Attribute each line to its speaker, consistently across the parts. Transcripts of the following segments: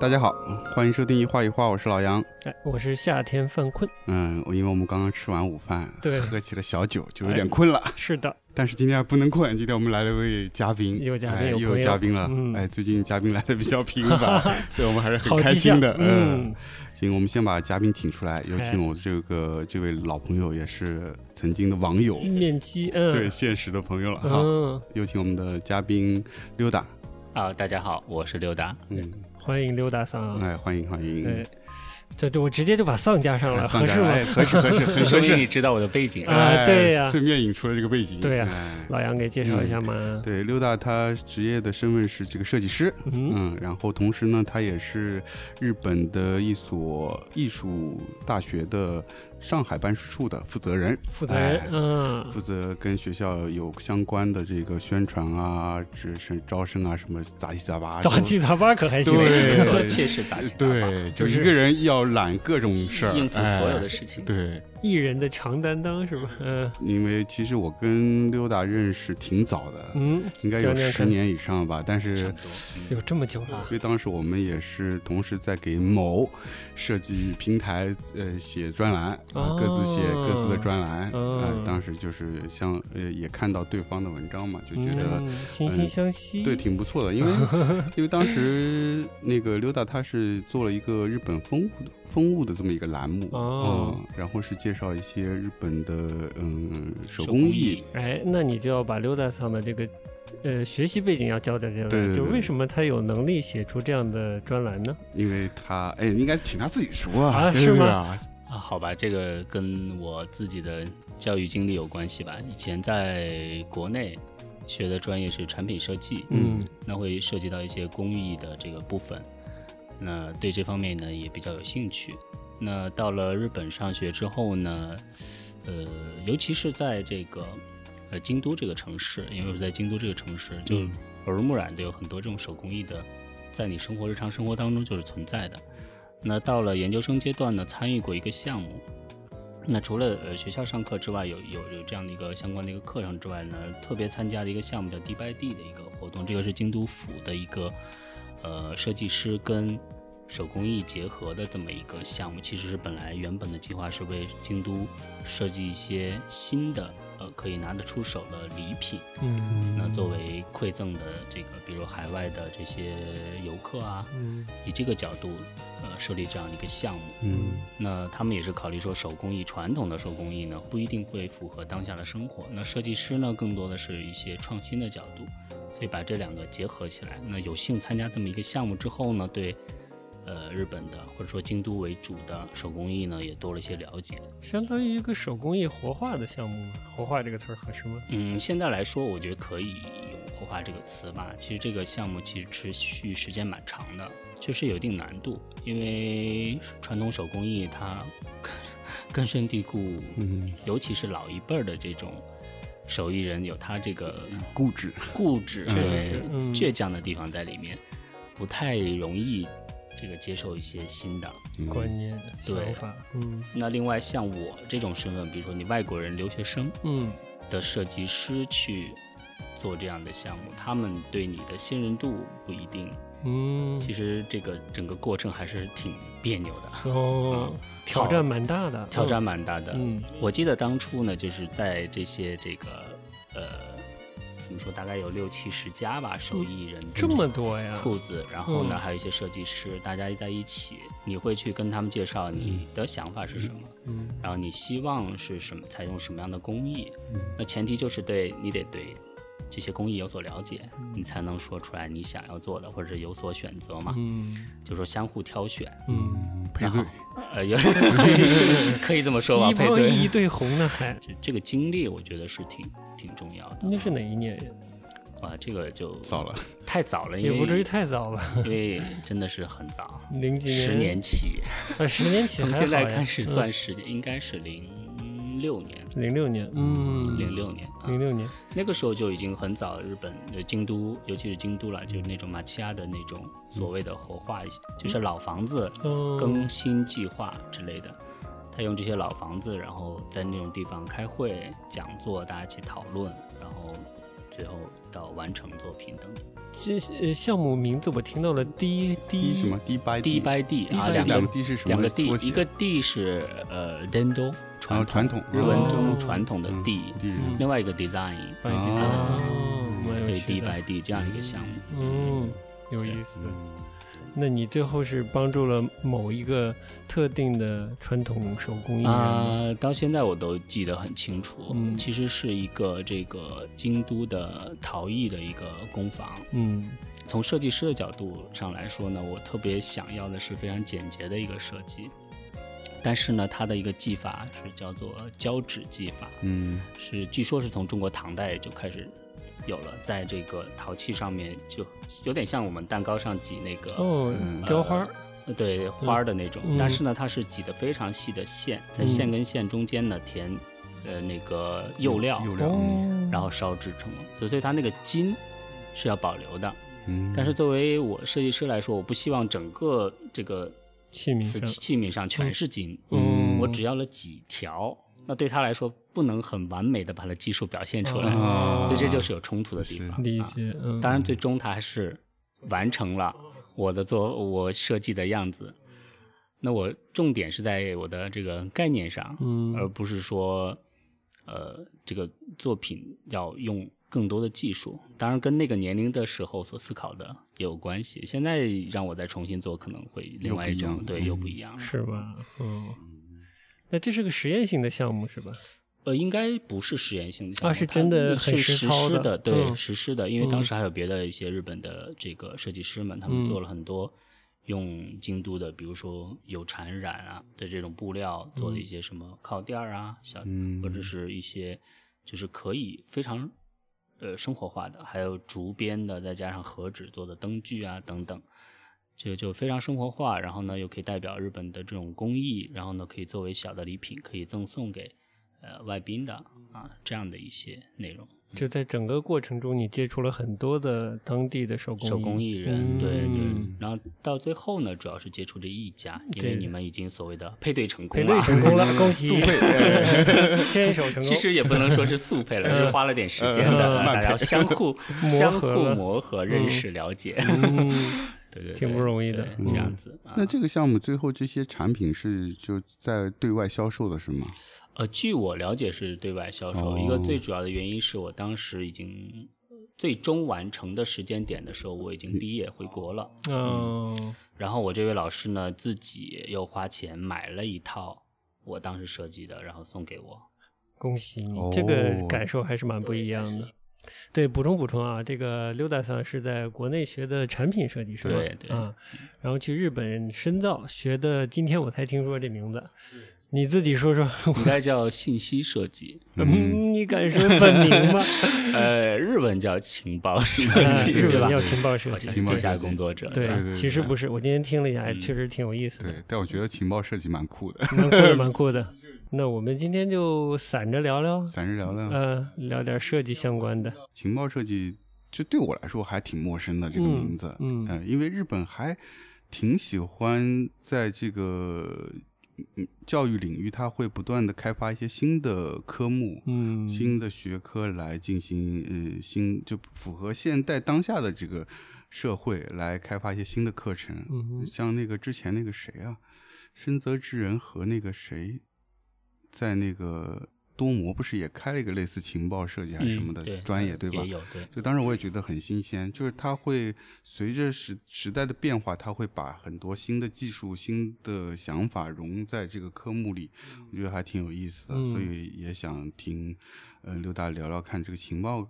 Speaker 1: 大家好，欢迎收听一画一画，我是老杨。
Speaker 2: 哎，我是夏天犯困。
Speaker 1: 嗯，我因为我们刚刚吃完午饭，
Speaker 2: 对哎
Speaker 1: 喝起了小酒，就有点困了。
Speaker 2: 是的，
Speaker 1: 但是今天还不能困，今天我们来了位嘉宾，
Speaker 2: 有嘉宾
Speaker 1: 哎
Speaker 2: 有
Speaker 1: 又
Speaker 2: 朋
Speaker 1: 有
Speaker 2: 友
Speaker 1: 嘉宾了。
Speaker 2: 嗯
Speaker 1: 哎，最近嘉宾来的比较频
Speaker 2: 哈
Speaker 1: 繁，
Speaker 2: 哈，
Speaker 1: 对我们还是很
Speaker 2: 好
Speaker 1: 开
Speaker 2: 迹
Speaker 1: 心
Speaker 2: 象。
Speaker 1: 的。
Speaker 2: 嗯，，
Speaker 1: 行，我们先把嘉宾请出来，有
Speaker 2: 哎
Speaker 1: 请我这个这位老朋友，也是曾经的网友，
Speaker 2: 面基，嗯，
Speaker 1: 对，现实的朋友了哈。
Speaker 2: 嗯，
Speaker 1: 有请我们的嘉宾溜达，
Speaker 3: 啊、大家好，我是 刘达。
Speaker 1: 嗯，
Speaker 2: 欢迎刘大桑啊。
Speaker 1: 哎，欢迎欢迎
Speaker 2: 对。，这这我直接就把桑加上了，
Speaker 1: 桑
Speaker 2: 合
Speaker 1: 加
Speaker 2: 适吗
Speaker 1: 哎？合适合适，很合
Speaker 3: 说明
Speaker 1: 适
Speaker 3: 你。知道我的背景
Speaker 2: 啊
Speaker 1: 哎
Speaker 2: 对呀
Speaker 1: 顺便引出了这个背景。
Speaker 2: 对呀
Speaker 1: 哎
Speaker 2: 老杨给介绍一下嘛。
Speaker 1: 对，溜达他职业的身份是这个设计师，
Speaker 2: 嗯，
Speaker 1: 嗯，然后同时呢，他也是日本的一所艺术大学的上海办事处的负责人，
Speaker 2: 负责人
Speaker 1: 哎，
Speaker 2: 嗯
Speaker 1: 负责跟学校有相关的这个宣传啊、招生招生啊什么杂七杂八。
Speaker 2: 早起 杂班可还行。
Speaker 1: 对
Speaker 3: 说确实杂七杂八，
Speaker 1: 对，就
Speaker 2: 就是
Speaker 1: 一个人要揽各种事儿，
Speaker 3: 应付所有
Speaker 1: 哎
Speaker 3: 的事情。
Speaker 1: 对，
Speaker 2: 艺人的强担当是吧？嗯
Speaker 1: 因为其实我跟溜达认识挺早的，
Speaker 2: 嗯，
Speaker 1: 应该有
Speaker 2: 这样
Speaker 1: 十
Speaker 2: 看
Speaker 1: 年以上吧，但
Speaker 3: 差
Speaker 1: 是
Speaker 3: 不多
Speaker 2: 有这么久了
Speaker 1: 因，为当时我们也是同时在给某设计平台呃写专栏啊，
Speaker 2: 哦
Speaker 1: 各自写各自的专栏啊、
Speaker 2: 嗯
Speaker 1: 当时就是像呃也看到对方的文章嘛，就觉得、
Speaker 2: 嗯惺惺相惜。
Speaker 1: 对，挺不错的， 因为因为当时那个溜达他是做了一个日本风物的风物的这么一个栏目，
Speaker 2: 哦
Speaker 1: 嗯，然后是介绍一些日本的嗯手
Speaker 3: 手
Speaker 1: 工
Speaker 3: 工
Speaker 1: 艺，
Speaker 2: 哎，那你就要把溜达桑的这个呃学习背景要交代这
Speaker 1: 对
Speaker 2: 来，
Speaker 1: 对
Speaker 2: 就
Speaker 1: 对
Speaker 2: 为什么他有能力写出这样的专栏呢？
Speaker 1: 因为他哎应该请他自己说
Speaker 2: 啊
Speaker 1: 对
Speaker 2: 是
Speaker 1: 不对
Speaker 2: 吗
Speaker 1: 啊？
Speaker 3: 啊，好吧，这个跟我自己的教育经历有关系吧。以前在国内学的专业是产品设计，
Speaker 1: 嗯
Speaker 3: 那会涉及到一些工艺的这个部分，那对这方面呢也比较有兴趣。那到了日本上学之后呢，呃，尤其是在这个呃京都这个城市，因为我是在京都这个城市，就
Speaker 1: 嗯
Speaker 3: 耳濡目染的有很多这种手工艺的，在你生活日常生活当中就是存在的。那到了研究生阶段呢，参与过一个项目。那除了呃学校上课之外，有有有这样的一个相关的一个课程之外呢，特别参加了一个项目叫 D by D 的一个活动，这个是京都府的一个呃设计师跟手工艺结合的这么一个项目。其实是本来原本的计划是为京都设计一些新的呃可以拿得出手的礼品，
Speaker 2: 嗯
Speaker 3: 那作为馈赠的这个，比如海外的这些游客啊，
Speaker 2: 嗯
Speaker 3: 以这个角度呃设立这样一个项目。
Speaker 1: 嗯
Speaker 3: 那他们也是考虑说，手工艺传统的手工艺呢，不一定会符合当下的生活。那设计师呢，更多的是一些创新的角度，所以把这两个结合起来。那有幸参加这么一个项目之后呢，对，呃，日本的或者说京都为主的手工艺呢，也多了一些了解。
Speaker 2: 相当于一个手工艺活化的项目嘛，活化这个词儿合适吗？
Speaker 3: 嗯，现在来说，我觉得可以有“活化”这个词吧。其实这个项目其实持续时间蛮长的，确实有一定难度，因为传统手工艺它 根深蒂固，
Speaker 1: 嗯，
Speaker 3: 尤其是老一辈儿的这种手艺人，有他这个
Speaker 1: 固执。
Speaker 3: 固执、
Speaker 1: 确
Speaker 2: 实
Speaker 3: 对
Speaker 2: 是嗯
Speaker 3: 倔强的地方在里面，不太容易这个接受一些新的。
Speaker 1: 嗯
Speaker 2: 观念、
Speaker 3: 对
Speaker 2: 想法，嗯
Speaker 3: 那另外像我这种身份，比如说你外国人留学生，
Speaker 2: 嗯
Speaker 3: 的设计师去做这样的项目，他们对你的信任度不一定。
Speaker 2: 嗯，
Speaker 3: 其实这个整个过程还是挺别扭的，
Speaker 2: 哦，挑战蛮大的，
Speaker 3: 挑战蛮大的。
Speaker 2: 嗯，
Speaker 3: 我记得当初呢，就是在这些这个呃，怎么说，大概有六七十家吧，手艺人的
Speaker 2: 嗯这么多呀，
Speaker 3: 铺子，然后呢，
Speaker 2: 嗯
Speaker 3: 还有一些设计师，大家在一起，你会去跟他们介绍你的想法是什么。
Speaker 2: 嗯
Speaker 3: 然后你希望是什么，采用什么样的工艺？那前提就是对你得对这些工艺有所了解，
Speaker 2: 嗯
Speaker 3: 你才能说出来你想要做的，或者是有所选择嘛。
Speaker 2: 嗯
Speaker 3: 就说相互挑选，
Speaker 2: 嗯，
Speaker 1: 配对，
Speaker 3: 呃，有可以这么说吧，
Speaker 2: 一
Speaker 3: 配
Speaker 2: 帮一
Speaker 3: 对。
Speaker 2: 对红呢还，
Speaker 3: 这这个经历，我觉得是挺挺重要的。
Speaker 2: 那是哪一年？
Speaker 3: 哇，这个就
Speaker 1: 早了，
Speaker 3: 太早了，因
Speaker 2: 也
Speaker 3: 为
Speaker 2: 不至于太早吧，
Speaker 3: 因为真的是很早，
Speaker 2: 零几
Speaker 3: 十年起，
Speaker 2: 啊，十年起
Speaker 3: 从
Speaker 2: 还好
Speaker 3: 现在
Speaker 2: 呀，
Speaker 3: 开始算十年，应该是零六年，
Speaker 2: 零六年，嗯，
Speaker 3: 零六年啊，
Speaker 2: 零六年，
Speaker 3: 那个时候就已经很早，日本呃京都，尤其是京都了，就是那种马奇亚的那种所谓的活化，就是老房子
Speaker 2: 嗯，
Speaker 3: 更新计划之类的。他用这些老房子，然后在那种地方开会、讲座，大家去讨论，然后最后到完成作品等等。
Speaker 2: 这呃项目名字我听到了，D
Speaker 1: 低
Speaker 2: D
Speaker 1: 什么？低掰
Speaker 3: D by D
Speaker 1: 低
Speaker 3: 啊，
Speaker 2: by
Speaker 3: 两
Speaker 1: 两
Speaker 3: 个
Speaker 1: 个低是什
Speaker 3: 两
Speaker 1: 么
Speaker 3: 个
Speaker 1: 缩
Speaker 3: D，
Speaker 1: 写？
Speaker 3: 一个 D 是呃 dendo
Speaker 1: 然后
Speaker 3: 传
Speaker 1: 啊传统
Speaker 3: 日文
Speaker 1: 哦
Speaker 3: 中
Speaker 2: 哦
Speaker 3: 传统的
Speaker 1: 嗯
Speaker 3: D，、
Speaker 1: 地人
Speaker 2: 嗯
Speaker 3: 另外一个 design，
Speaker 2: 哦蛮哦
Speaker 3: 所
Speaker 2: 有
Speaker 3: 以
Speaker 2: 趣
Speaker 3: D
Speaker 2: 嗯的，
Speaker 3: by D 这样一个项目。
Speaker 2: 嗯，有意思。嗯那你最后是帮助了某一个特定的传统手工艺人吗？
Speaker 3: 啊、到现在我都记得很清楚。
Speaker 2: 嗯
Speaker 3: 其实是一个这个京都的陶艺的一个工坊。
Speaker 2: 嗯
Speaker 3: 从设计师的角度上来说呢，我特别想要的是非常简洁的一个设计，但是呢，它的一个技法是叫做胶纸技法，
Speaker 1: 嗯
Speaker 3: 是据说是从中国唐代就开始有了，在这个陶器上面就有点像我们蛋糕上挤那个、
Speaker 2: 哦
Speaker 1: 嗯，
Speaker 2: 雕花儿
Speaker 3: 呃对花儿的那种，
Speaker 2: 嗯
Speaker 3: 但是呢，它是挤的非常细的线，在
Speaker 2: 嗯
Speaker 3: 线跟线中间呢填呃那个釉料，
Speaker 1: 釉料，嗯
Speaker 2: 哦，
Speaker 3: 然后烧制成了，所以所以它那个筋是要保留的。
Speaker 1: 嗯，
Speaker 3: 但是作为我设计师来说，我不希望整个这个
Speaker 2: 器皿
Speaker 3: 瓷
Speaker 2: 上，
Speaker 3: 器器皿上全是金，
Speaker 2: 嗯，
Speaker 3: 我只要了几条，那对他来说不能很完美的把它技术表现出来，
Speaker 1: 啊
Speaker 3: 所以这就是有冲突的地方。
Speaker 2: 理
Speaker 3: 啊
Speaker 2: 解，嗯，
Speaker 3: 当然，最终他还是完成了我的做我设计的样子。那我重点是在我的这个概念上，
Speaker 2: 嗯
Speaker 3: 而不是说，呃，这个作品要用更多的技术。当然，跟那个年龄的时候所思考的也有关系。现在让我再重新做，可能会另外
Speaker 1: 又不
Speaker 3: 一
Speaker 1: 一
Speaker 3: 种
Speaker 1: 样
Speaker 2: 嗯
Speaker 3: 对又不一样。
Speaker 2: 是吧？嗯，那这是个实验性的项目是吧？
Speaker 3: 呃，应该不是实验性的项目，
Speaker 2: 啊是
Speaker 3: 它
Speaker 2: 真的
Speaker 3: 是
Speaker 2: 很
Speaker 3: 实
Speaker 2: 实操
Speaker 3: 施
Speaker 2: 的
Speaker 3: 的，对，
Speaker 2: 嗯
Speaker 3: 实施的。因为当
Speaker 2: 嗯
Speaker 3: 时还有别的一些日本的这个设计师们，他
Speaker 2: 嗯
Speaker 3: 们做了很多用京都的，比如说有缠染啊的这种布料，做了一些什么靠垫儿啊，小
Speaker 1: 嗯
Speaker 3: 或者是一些就是可以非常呃生活化的，还有竹编的，再加上和纸做的灯具啊等等。就就非常生活化，然后呢又可以代表日本的这种工艺，然后呢可以作为小的礼品可以赠送给呃外宾的啊这样的一些内容。
Speaker 2: 就在整个过程中，你接触了很多的当地的手工
Speaker 3: 手工艺人，
Speaker 2: 嗯
Speaker 3: 对对，然后到最后呢，主要是接触这一家，因
Speaker 2: 对
Speaker 3: 为你们已经所谓的配对成功
Speaker 2: 配
Speaker 3: 了，
Speaker 2: 对成 功了，恭喜， 牵手成功。嗯
Speaker 3: 其实也不能说是 速配了，是花了点时间的，啊
Speaker 1: 嗯
Speaker 3: 大家要相互
Speaker 2: 磨合
Speaker 3: 相互
Speaker 2: 了
Speaker 3: 磨合、认识、了解，
Speaker 2: 嗯，
Speaker 3: 对对，对
Speaker 2: 挺不容易的
Speaker 3: 对
Speaker 2: 嗯
Speaker 3: 这样子啊。
Speaker 1: 那这个项目最后这些产品是就在对外销售的是吗？
Speaker 3: 呃，据我了解是对外销售，
Speaker 1: 哦
Speaker 3: 一个最主要的原因是我当时已经最终完成的时间点的时候，我已
Speaker 1: 嗯
Speaker 3: 经毕业回国了。
Speaker 2: 哦，
Speaker 3: 然后我这位老师呢，自己又花钱买了一套我当时设计的，然后送给我。
Speaker 2: 恭喜你
Speaker 1: 哦，
Speaker 2: 这个感受还是蛮不一样
Speaker 3: 哦
Speaker 2: 的。对，补充补充啊，这个溜达桑是在国内学的产品设计是吧？
Speaker 3: 对对
Speaker 2: 啊，然后去日本深造学的，今天我才听说这名字。你自己 说说，
Speaker 3: 应该叫信息设计，
Speaker 2: 嗯，你敢说本名 吗？
Speaker 3: 呃，日文叫情报设计，
Speaker 2: 日
Speaker 3: 对吧
Speaker 2: 本？叫情报设
Speaker 3: 好
Speaker 2: 计
Speaker 3: 像，是
Speaker 1: 情报
Speaker 3: 地下
Speaker 1: 设计
Speaker 3: 工作者，
Speaker 2: 对嗯
Speaker 1: 对对
Speaker 2: 其实不是，我今天听了一下，哎确实挺有意思的，
Speaker 1: 对，但我觉得情报设计蛮酷 的，
Speaker 2: 蛮酷的，蛮酷的。那我们今天就散着聊聊，
Speaker 1: 咱是聊聊。
Speaker 2: 呃，聊点设计相关的。
Speaker 1: 情报设计，就对我来说还挺陌生的这个名字，
Speaker 2: 嗯嗯
Speaker 1: 呃因为日本还挺喜欢在这个嗯教育领域，它会不断的开发一些新的科目。
Speaker 2: 嗯，
Speaker 1: 新的学科来进行，呃，新就符合现代当下的这个社会来开发一些新的课程，
Speaker 2: 嗯哼
Speaker 1: 像那个之前那个谁啊，深泽直人和那个谁，在那个多摩不是也开了一个类似情报设计还是什么的
Speaker 3: 嗯对
Speaker 1: 专业，对吧
Speaker 3: 也？有对。
Speaker 1: 就当时我也觉得很新鲜，就是它会随着时时代的变化，它会把很多新的技术、新的想法融在这个科目里，我觉得还挺有意思的，
Speaker 2: 嗯
Speaker 1: 所以也想听，呃，刘大聊聊看这个情报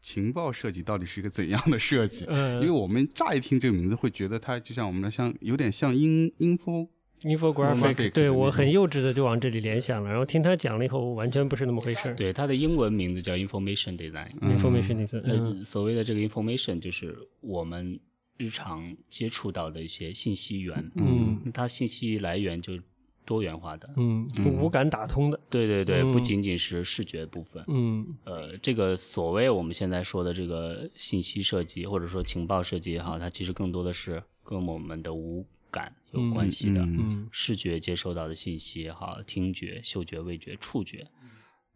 Speaker 1: 情报设计到底是一个怎样的设计。
Speaker 3: 嗯
Speaker 1: 因为
Speaker 2: 呃
Speaker 1: 我们乍一听这个名字，会觉得它就像我们的像有点像 in info Infographic
Speaker 2: ，infographic，
Speaker 1: 的那
Speaker 2: 对我
Speaker 1: 种
Speaker 3: 嗯
Speaker 2: 很幼稚的就往这里联想了，然后听他讲了以后，完全不是那么回事儿。
Speaker 3: 对，它的英文名字叫 Information Design。
Speaker 2: ，information design，嗯
Speaker 3: 那所谓的这个 information 就是我们日常接触到的一些信息源，
Speaker 2: 嗯
Speaker 3: 那它信息来源就多元化的。
Speaker 2: 嗯，就五感打通的，
Speaker 3: 对对对，
Speaker 2: 嗯
Speaker 3: 不仅仅是视觉部分。
Speaker 2: 嗯
Speaker 3: 呃，这个所谓我们现在说的这个信息设计，或者说情报设计也好，它其实更多的是跟我们的五感有关系的。
Speaker 1: 嗯
Speaker 2: 嗯
Speaker 3: 视觉接收到的信息也好，听觉、嗅觉、味觉、触觉，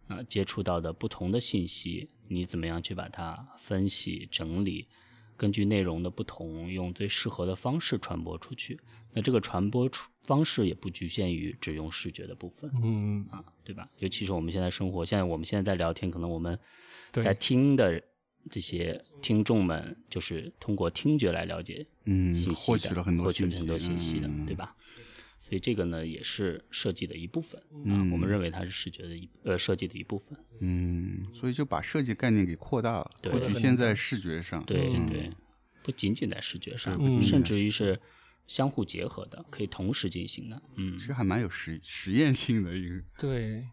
Speaker 3: 啊、接触到的不同的信息，你怎么样去把它分析整理，根据内容的不同，用最适合的方式传播出去。那这个传播出方式也不局限于只用视觉的部分
Speaker 2: 嗯，
Speaker 3: 啊，对吧？尤其是我们现在生活，现在我们现在在聊天，可能我们
Speaker 2: 对
Speaker 3: 在听的这些听众们，就是通过听觉来了解
Speaker 1: 嗯
Speaker 3: 信，息
Speaker 1: 获
Speaker 3: 的
Speaker 1: 取了很多
Speaker 3: 获
Speaker 1: 信
Speaker 3: 取了
Speaker 1: 息，
Speaker 3: 很多信息的，
Speaker 1: 嗯
Speaker 3: 对？吧？所以这个呢，也是设计的一部分、
Speaker 1: 嗯
Speaker 3: 啊。我们认为它是视觉的一呃设计的一部分。
Speaker 1: 嗯，所以就把设计概念给扩大了，
Speaker 3: 对
Speaker 1: 不局限在视觉上。
Speaker 3: 对、
Speaker 1: 嗯
Speaker 3: 对，不仅仅在视觉上，
Speaker 1: 不
Speaker 2: 仅仅
Speaker 3: 甚
Speaker 1: 在
Speaker 3: 至于是相互结合的，可以同时进行的。嗯
Speaker 1: 其，实还蛮有实实验性的一个。
Speaker 2: 对。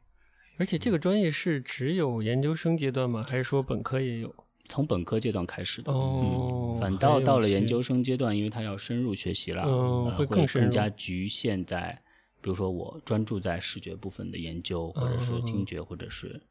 Speaker 2: 而且这个专业是只有研究生阶段吗？还是说本科也有？
Speaker 3: 从本科阶段开始的。
Speaker 2: 哦
Speaker 3: 嗯，反
Speaker 2: 很
Speaker 3: 倒
Speaker 2: 有
Speaker 3: 到了研
Speaker 2: 趣
Speaker 3: 究生阶段，因为他要深入学习了，
Speaker 2: 嗯
Speaker 3: 呃
Speaker 2: 会
Speaker 3: 会
Speaker 2: 更深入
Speaker 3: 加局限在，比如说我专注在视觉部分的研究，或者是
Speaker 2: 嗯
Speaker 3: 听觉，或者是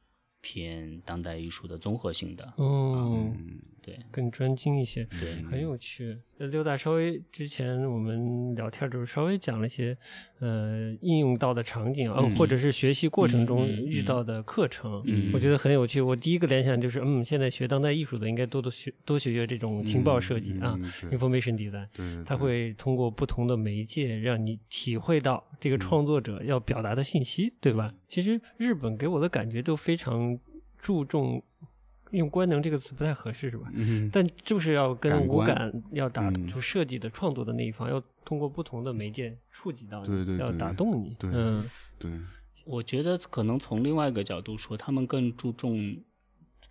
Speaker 3: 偏当代艺术的综合性的。
Speaker 2: 哦，
Speaker 1: 嗯，
Speaker 3: 对
Speaker 2: 更专精一些。
Speaker 3: 对，
Speaker 2: 很有趣。呃，六大稍微之前我们聊天儿的时候稍微讲了一些，呃，应用到的场景啊，
Speaker 1: 嗯
Speaker 2: 或者是学习过程中
Speaker 3: 嗯嗯嗯
Speaker 2: 遇到的课程，
Speaker 3: 嗯
Speaker 2: 我觉得很有趣。我第一个联想就是，嗯，现在学当代艺术的应该多多学多学学这种情报设计啊、
Speaker 1: 嗯对
Speaker 2: i n f o r m a t i o n design。
Speaker 1: 对对，对
Speaker 2: 它会通过不同的媒介，让你体会到
Speaker 1: 嗯
Speaker 2: 这个创作者要表达的信息，对吧？其实日本给我的感觉都非常注重，用“官能”这个词不太合适，是吧？
Speaker 1: 嗯
Speaker 2: 但就是要跟
Speaker 1: 感
Speaker 2: 五
Speaker 1: 官
Speaker 2: 感要打，
Speaker 1: 嗯
Speaker 2: 就设计的创作的那一方，要通过不同的媒介触及到你，
Speaker 1: 对对
Speaker 2: 要
Speaker 1: 对
Speaker 2: 打动你，
Speaker 1: 对
Speaker 2: 嗯，
Speaker 1: 对，
Speaker 3: 我觉得可能从另外一个角度说，他们更注重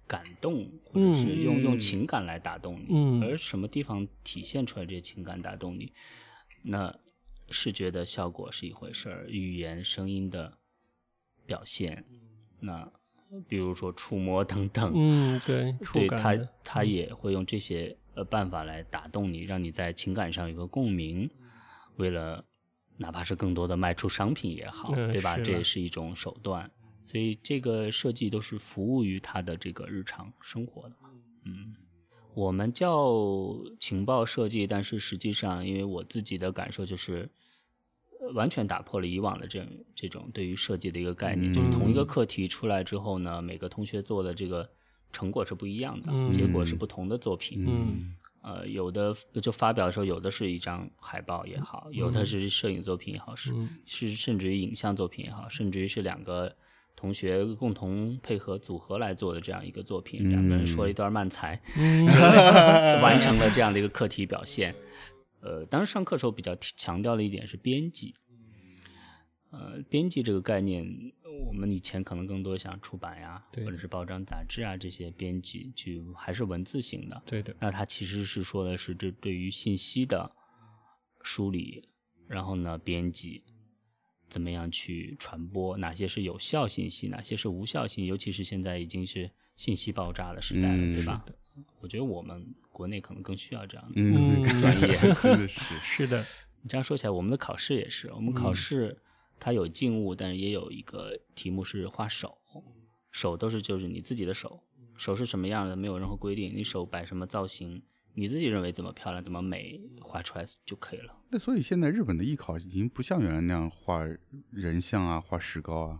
Speaker 3: 感动，或者是用、
Speaker 1: 嗯
Speaker 3: 用情感来打动你。
Speaker 2: 嗯
Speaker 3: 而什么地方体现出来这些情感打动你？那视觉的效果是一回事儿，语言、声音的表现，那比如说触摸等等，
Speaker 2: 嗯，对，触
Speaker 3: 对
Speaker 2: 感
Speaker 3: 他
Speaker 2: 的，嗯
Speaker 3: 他也会用这些呃办法来打动你，让你在情感上有个共鸣。为了哪怕是更多的卖出商品也好，
Speaker 2: 嗯
Speaker 3: 对吧？
Speaker 2: 是
Speaker 3: 这
Speaker 2: 啦
Speaker 3: 也是一种手段。所以这个设计都是服务于他的这个日常生活的嘛。嗯，我们叫情报设计，但是实际上，因为我自己的感受就是。呃完全打破了以往的这种这种对于设计的一个概念，就是同一个
Speaker 2: 嗯
Speaker 3: 课题出来之后呢，每个同学做的这个成果是不一样的，
Speaker 2: 嗯
Speaker 3: 结果是不同的作品。
Speaker 2: 嗯
Speaker 3: 呃，有的就发表的时候，有的是一张海报也好，有的是摄影作品也好，是、
Speaker 2: 嗯
Speaker 3: 是甚至于影像作品也好，甚至于是两个同学共同配合组合来做的这样一个作品，两个人说了一段慢才，
Speaker 2: 嗯
Speaker 3: 完成了这样的一个课题表现。呃，当时上课的时候比较提强调的一点是编辑。呃，编辑这个概念，我们以前可能更多想出版呀，
Speaker 2: 对
Speaker 3: 或者是报章杂志啊这些编辑，去还是文字型的。
Speaker 2: 对的，
Speaker 3: 那它其实是说的是这对于信息的梳理，然后呢编辑，怎么样去传播，哪些是有效信息，哪些是无效信息，尤其是现在已经是信息爆炸的时代了，
Speaker 1: 嗯
Speaker 3: 对吧？我觉得我们国内可能更需要这样的。
Speaker 1: 嗯，
Speaker 2: 嗯
Speaker 1: 专业真的是，
Speaker 2: 是的，
Speaker 3: 你这样说起来，我们的考试也是，我们考
Speaker 1: 嗯
Speaker 3: 试它有静物，但是也有一个题目是画手，
Speaker 1: 嗯
Speaker 3: 手都是就是你自己的手，手是什么样的没有任何规定，你手摆什么造型，你自己认为怎么漂亮怎么美，画出来就可以了。
Speaker 1: 那所以现在日本的艺考已经不像原来那样画人像啊，画石膏啊，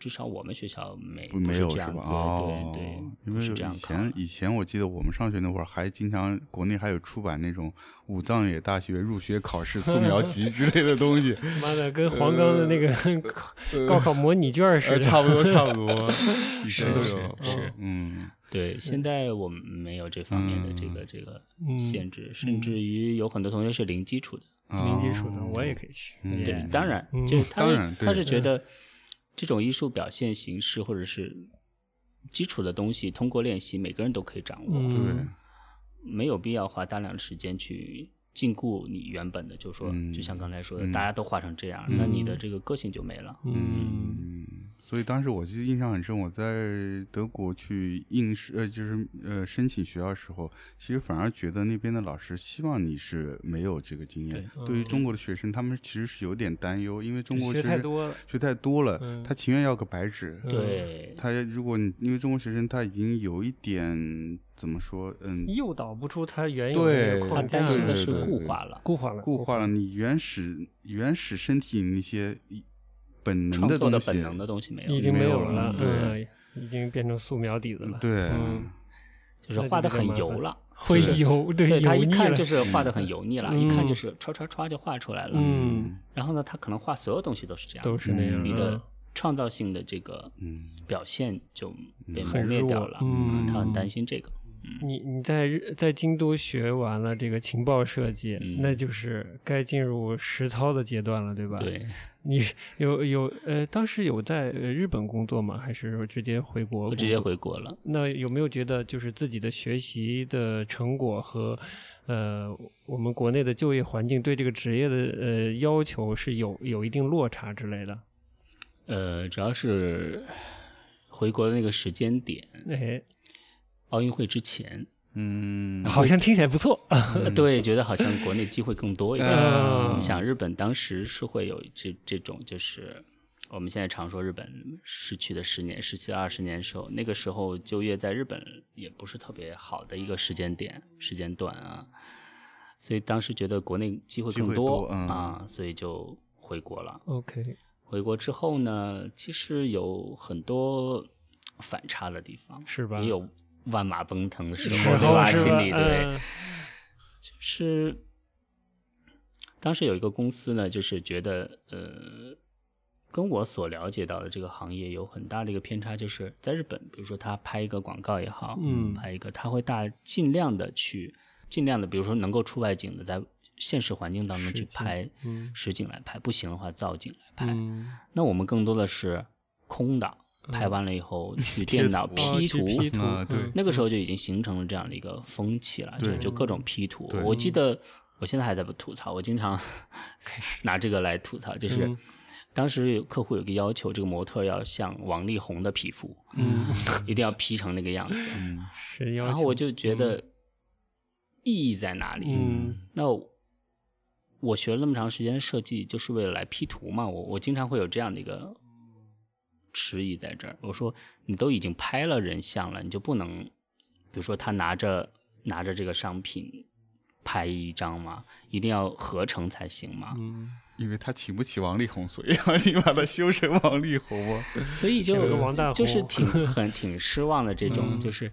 Speaker 3: 至少我们学校没
Speaker 1: 不
Speaker 3: 不
Speaker 1: 没
Speaker 3: 是
Speaker 1: 有
Speaker 3: 这
Speaker 1: 是
Speaker 3: 样
Speaker 1: 吧？
Speaker 3: 子，
Speaker 1: 哦，
Speaker 3: 对对，
Speaker 1: 因
Speaker 3: 不
Speaker 1: 为
Speaker 3: 是这样
Speaker 1: 以
Speaker 3: 考的
Speaker 1: 前以前我记得我们上学那会儿还经常国内还有出版那种武藏野大学入学考试素描集之类的东 西，
Speaker 2: 妈的，跟黄冈的那个高高考模拟卷儿似
Speaker 1: 呃，
Speaker 2: 的，
Speaker 1: 差不多差不多， 以
Speaker 3: 是
Speaker 1: 前都
Speaker 3: 是
Speaker 1: 有，
Speaker 3: 是
Speaker 1: 嗯
Speaker 3: 对，现在我们没有这方面的这个这个
Speaker 2: 嗯
Speaker 3: 限制，甚至于有很多同学是零基础的。
Speaker 2: 嗯零基础的，我也
Speaker 1: 以，
Speaker 2: 可以去，
Speaker 1: 嗯
Speaker 2: 耶
Speaker 3: 对，当然，
Speaker 2: 嗯
Speaker 3: 就是他
Speaker 1: 当
Speaker 3: 是
Speaker 1: 然对嗯
Speaker 3: 他是觉得这种艺术表现形式或者是基础的东西，通过练习每个人都可以掌握，
Speaker 1: 对
Speaker 2: 嗯，
Speaker 3: 没有必要花大量的时间去禁锢你原本的，就是说，
Speaker 1: 嗯
Speaker 3: 就像刚才说的，
Speaker 1: 嗯
Speaker 3: 大家都画成这样，那你的这个个性就没了。
Speaker 2: 嗯
Speaker 1: 所以当时我记得印象很深，我在德国去应试，呃，就是呃申请学校的时候，其实反而觉得那边的老师希望你是没有这个经验。
Speaker 3: 对
Speaker 1: 对于
Speaker 2: 嗯
Speaker 1: 中国的学生，他们其实是有点担忧，因为中国
Speaker 2: 学
Speaker 1: 学
Speaker 2: 太
Speaker 1: 生
Speaker 2: 多了，
Speaker 1: 学太多了，
Speaker 2: 嗯
Speaker 1: 他情愿要个白纸。
Speaker 2: 嗯
Speaker 3: 对，
Speaker 1: 他如果你因为中国学生他已经有一点怎么说，嗯，
Speaker 2: 诱导不出它原有的那
Speaker 1: 对
Speaker 2: 个，
Speaker 3: 他
Speaker 2: 框架
Speaker 3: 担心
Speaker 1: 对
Speaker 3: 的
Speaker 1: 对
Speaker 3: 是
Speaker 1: 对
Speaker 3: 固
Speaker 1: 对
Speaker 3: 化了。
Speaker 2: 固化了，
Speaker 1: 固化了你原始原始身体那些一本能
Speaker 3: 创
Speaker 1: 的
Speaker 3: 作
Speaker 1: 东
Speaker 3: 的
Speaker 1: 西，
Speaker 3: 本能的东西没有，
Speaker 2: 已经
Speaker 1: 没有
Speaker 2: 有
Speaker 1: 了
Speaker 2: 了，
Speaker 1: 对
Speaker 2: 嗯，已经变成素描底子了，
Speaker 1: 对，
Speaker 2: 嗯，
Speaker 3: 就是画的很油了。
Speaker 2: 会
Speaker 1: 是
Speaker 2: 油，对
Speaker 3: 对他
Speaker 2: 油
Speaker 3: 一
Speaker 2: 腻
Speaker 3: 看
Speaker 2: 了
Speaker 3: 就，是画的很油腻了，
Speaker 2: 嗯
Speaker 3: 一看就是唰唰唰就画出来了。
Speaker 2: 嗯，
Speaker 3: 然后呢，他可能画所有东西都是这样，
Speaker 2: 都是那样，
Speaker 3: 你的
Speaker 2: 嗯
Speaker 3: 创造性的这个
Speaker 1: 嗯
Speaker 3: 表现就被磨
Speaker 2: 很
Speaker 3: 灭
Speaker 2: 弱
Speaker 3: 掉了。啊
Speaker 2: 嗯
Speaker 3: 他很担心这个。
Speaker 2: 你你在日在京都学完了这个情报设计，
Speaker 3: 嗯
Speaker 2: 那就是该进入实操的阶段了，对吧？，
Speaker 3: 对，
Speaker 2: 你有有呃，当时有在呃日本工作吗？还是说直接回国？
Speaker 3: 我直接。回国了。
Speaker 2: 那有没有觉得就是自己的学习的成果和呃我们国内的就业环境对这个职业的呃要求是有有一定落差之类的？
Speaker 3: 嗯呃，主要是回国的那个时间点，
Speaker 2: 哎，
Speaker 3: 奥运会之前，
Speaker 1: 嗯，
Speaker 2: 好像听起来不错。
Speaker 3: 对，觉得好像国内机会更多一点。
Speaker 2: 嗯
Speaker 3: 你想，日本当时是会有这这种，就是我们现在常说日本失去的十年、失去的二十年时候，那个时候就业在日本也不是特别好的一个时间点、时间段啊，所以当时觉得国内机会
Speaker 1: 机
Speaker 3: 更
Speaker 1: 会
Speaker 3: 多
Speaker 1: 多嗯
Speaker 3: 啊，所以就回国了。
Speaker 2: OK，
Speaker 3: 回国之后呢，其实有很多反差的地方，
Speaker 2: 是吧
Speaker 3: 也有万马奔腾的时
Speaker 2: 时
Speaker 3: 候，
Speaker 2: 候
Speaker 3: 对吧？
Speaker 2: 是
Speaker 3: 心
Speaker 2: 吧
Speaker 3: 里对。
Speaker 2: 嗯
Speaker 3: 就是当时有一个公司呢，就是觉得呃，跟我所了解到的这个行业有很大的一个偏差，就是在日本，比如说他拍一个广告也好，
Speaker 2: 嗯
Speaker 3: 拍一个他会大尽量的去尽量的，比如说能够出外景的，在现实环境当中
Speaker 2: 实
Speaker 3: 去
Speaker 2: 景
Speaker 3: 拍
Speaker 2: 嗯
Speaker 3: 实景来拍，不行的话造景来拍。
Speaker 2: 嗯
Speaker 3: 那我们更多的是空的，拍完了以后去电脑 P
Speaker 2: 哦去 P 图
Speaker 1: 啊对
Speaker 2: 嗯
Speaker 3: 那个时候就已经形成了这样的一个风气了，就
Speaker 1: 对
Speaker 3: 就各种 P 图
Speaker 1: 对。
Speaker 3: 我记得我现在还在吐槽，我经常 拿这个来吐槽，就是
Speaker 2: 嗯
Speaker 3: 当时有客户有个要求，这个模特要像王力宏的皮肤，
Speaker 2: 嗯，
Speaker 3: 一定要 P 成那个样子。
Speaker 1: 嗯
Speaker 2: 是要求。
Speaker 3: 然后我就觉得意义在哪里？
Speaker 2: 嗯
Speaker 3: 那我学了那么长时间设计，就是为了来 P 图嘛？我我经常会有这样的一个迟疑在这儿。我说，你都已经拍了人像了，你就不能，比如说他拿着拿着这个商品拍一张吗？一定要合成才行吗？
Speaker 2: 嗯，
Speaker 1: 因为他请不起王力宏，所以 要你把他修成王力宏啊。
Speaker 3: 所以就
Speaker 2: 请了个王大红
Speaker 3: 就是挺 很挺失望的这种，
Speaker 2: 嗯
Speaker 3: 就是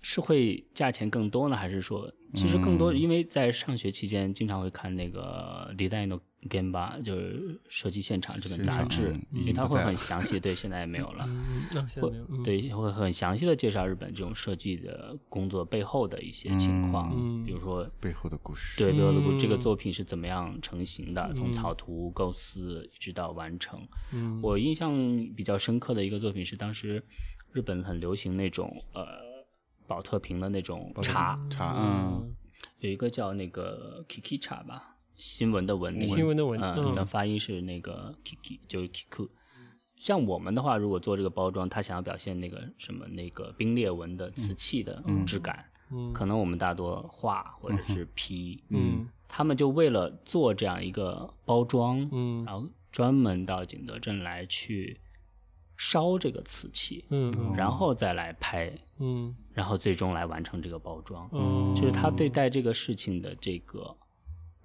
Speaker 3: 是会价钱更多呢，还是说其实更多？
Speaker 1: 嗯
Speaker 3: 因为在上学期间经常会看那个《Design no Genba》，就是设计现场这本
Speaker 1: 现
Speaker 3: 杂
Speaker 1: 场
Speaker 3: 志
Speaker 1: 嗯，
Speaker 3: 因
Speaker 1: 已
Speaker 3: 为
Speaker 1: 经
Speaker 3: 它
Speaker 1: 不
Speaker 3: 会
Speaker 1: 在
Speaker 3: 很
Speaker 1: 了
Speaker 3: 详细，对，现在也没有了。
Speaker 2: 嗯那现在
Speaker 3: 会
Speaker 2: 没有。嗯，
Speaker 3: 对，会很详细的介绍日本这种设计的工作背后的一些情况，
Speaker 2: 嗯
Speaker 3: 比如说
Speaker 1: 背后的故事，
Speaker 3: 对，比如说这个
Speaker 2: 嗯
Speaker 3: 作品是怎么样成型的，从
Speaker 2: 嗯
Speaker 3: 草图构思一直到完成，
Speaker 2: 嗯
Speaker 3: 我印象比较深刻的一个作品是，当时日本很流行那种呃宝特瓶的那种茶，
Speaker 1: 茶，嗯，
Speaker 3: 有一个叫那个 Kiki 茶吧，新闻的文，那个
Speaker 2: 新闻的文
Speaker 3: 呃
Speaker 2: 嗯
Speaker 3: 你的发音是那个 Kiki，就是 Kiku。像我们的话，如果做这个包装，它想要表现那个什么那个冰裂纹的瓷器的质感，
Speaker 2: 嗯
Speaker 3: 可能我们大多画或者是 P，
Speaker 2: 嗯
Speaker 3: 他们就为了做这样一个包装，
Speaker 2: 嗯
Speaker 3: 然后专门到景德镇来去烧这个瓷器，
Speaker 2: 嗯嗯
Speaker 3: 然后再来拍，
Speaker 2: 嗯
Speaker 3: 然后最终来完成这个包装。
Speaker 1: 哦
Speaker 2: 嗯，
Speaker 3: 就是他对待这个事情的这个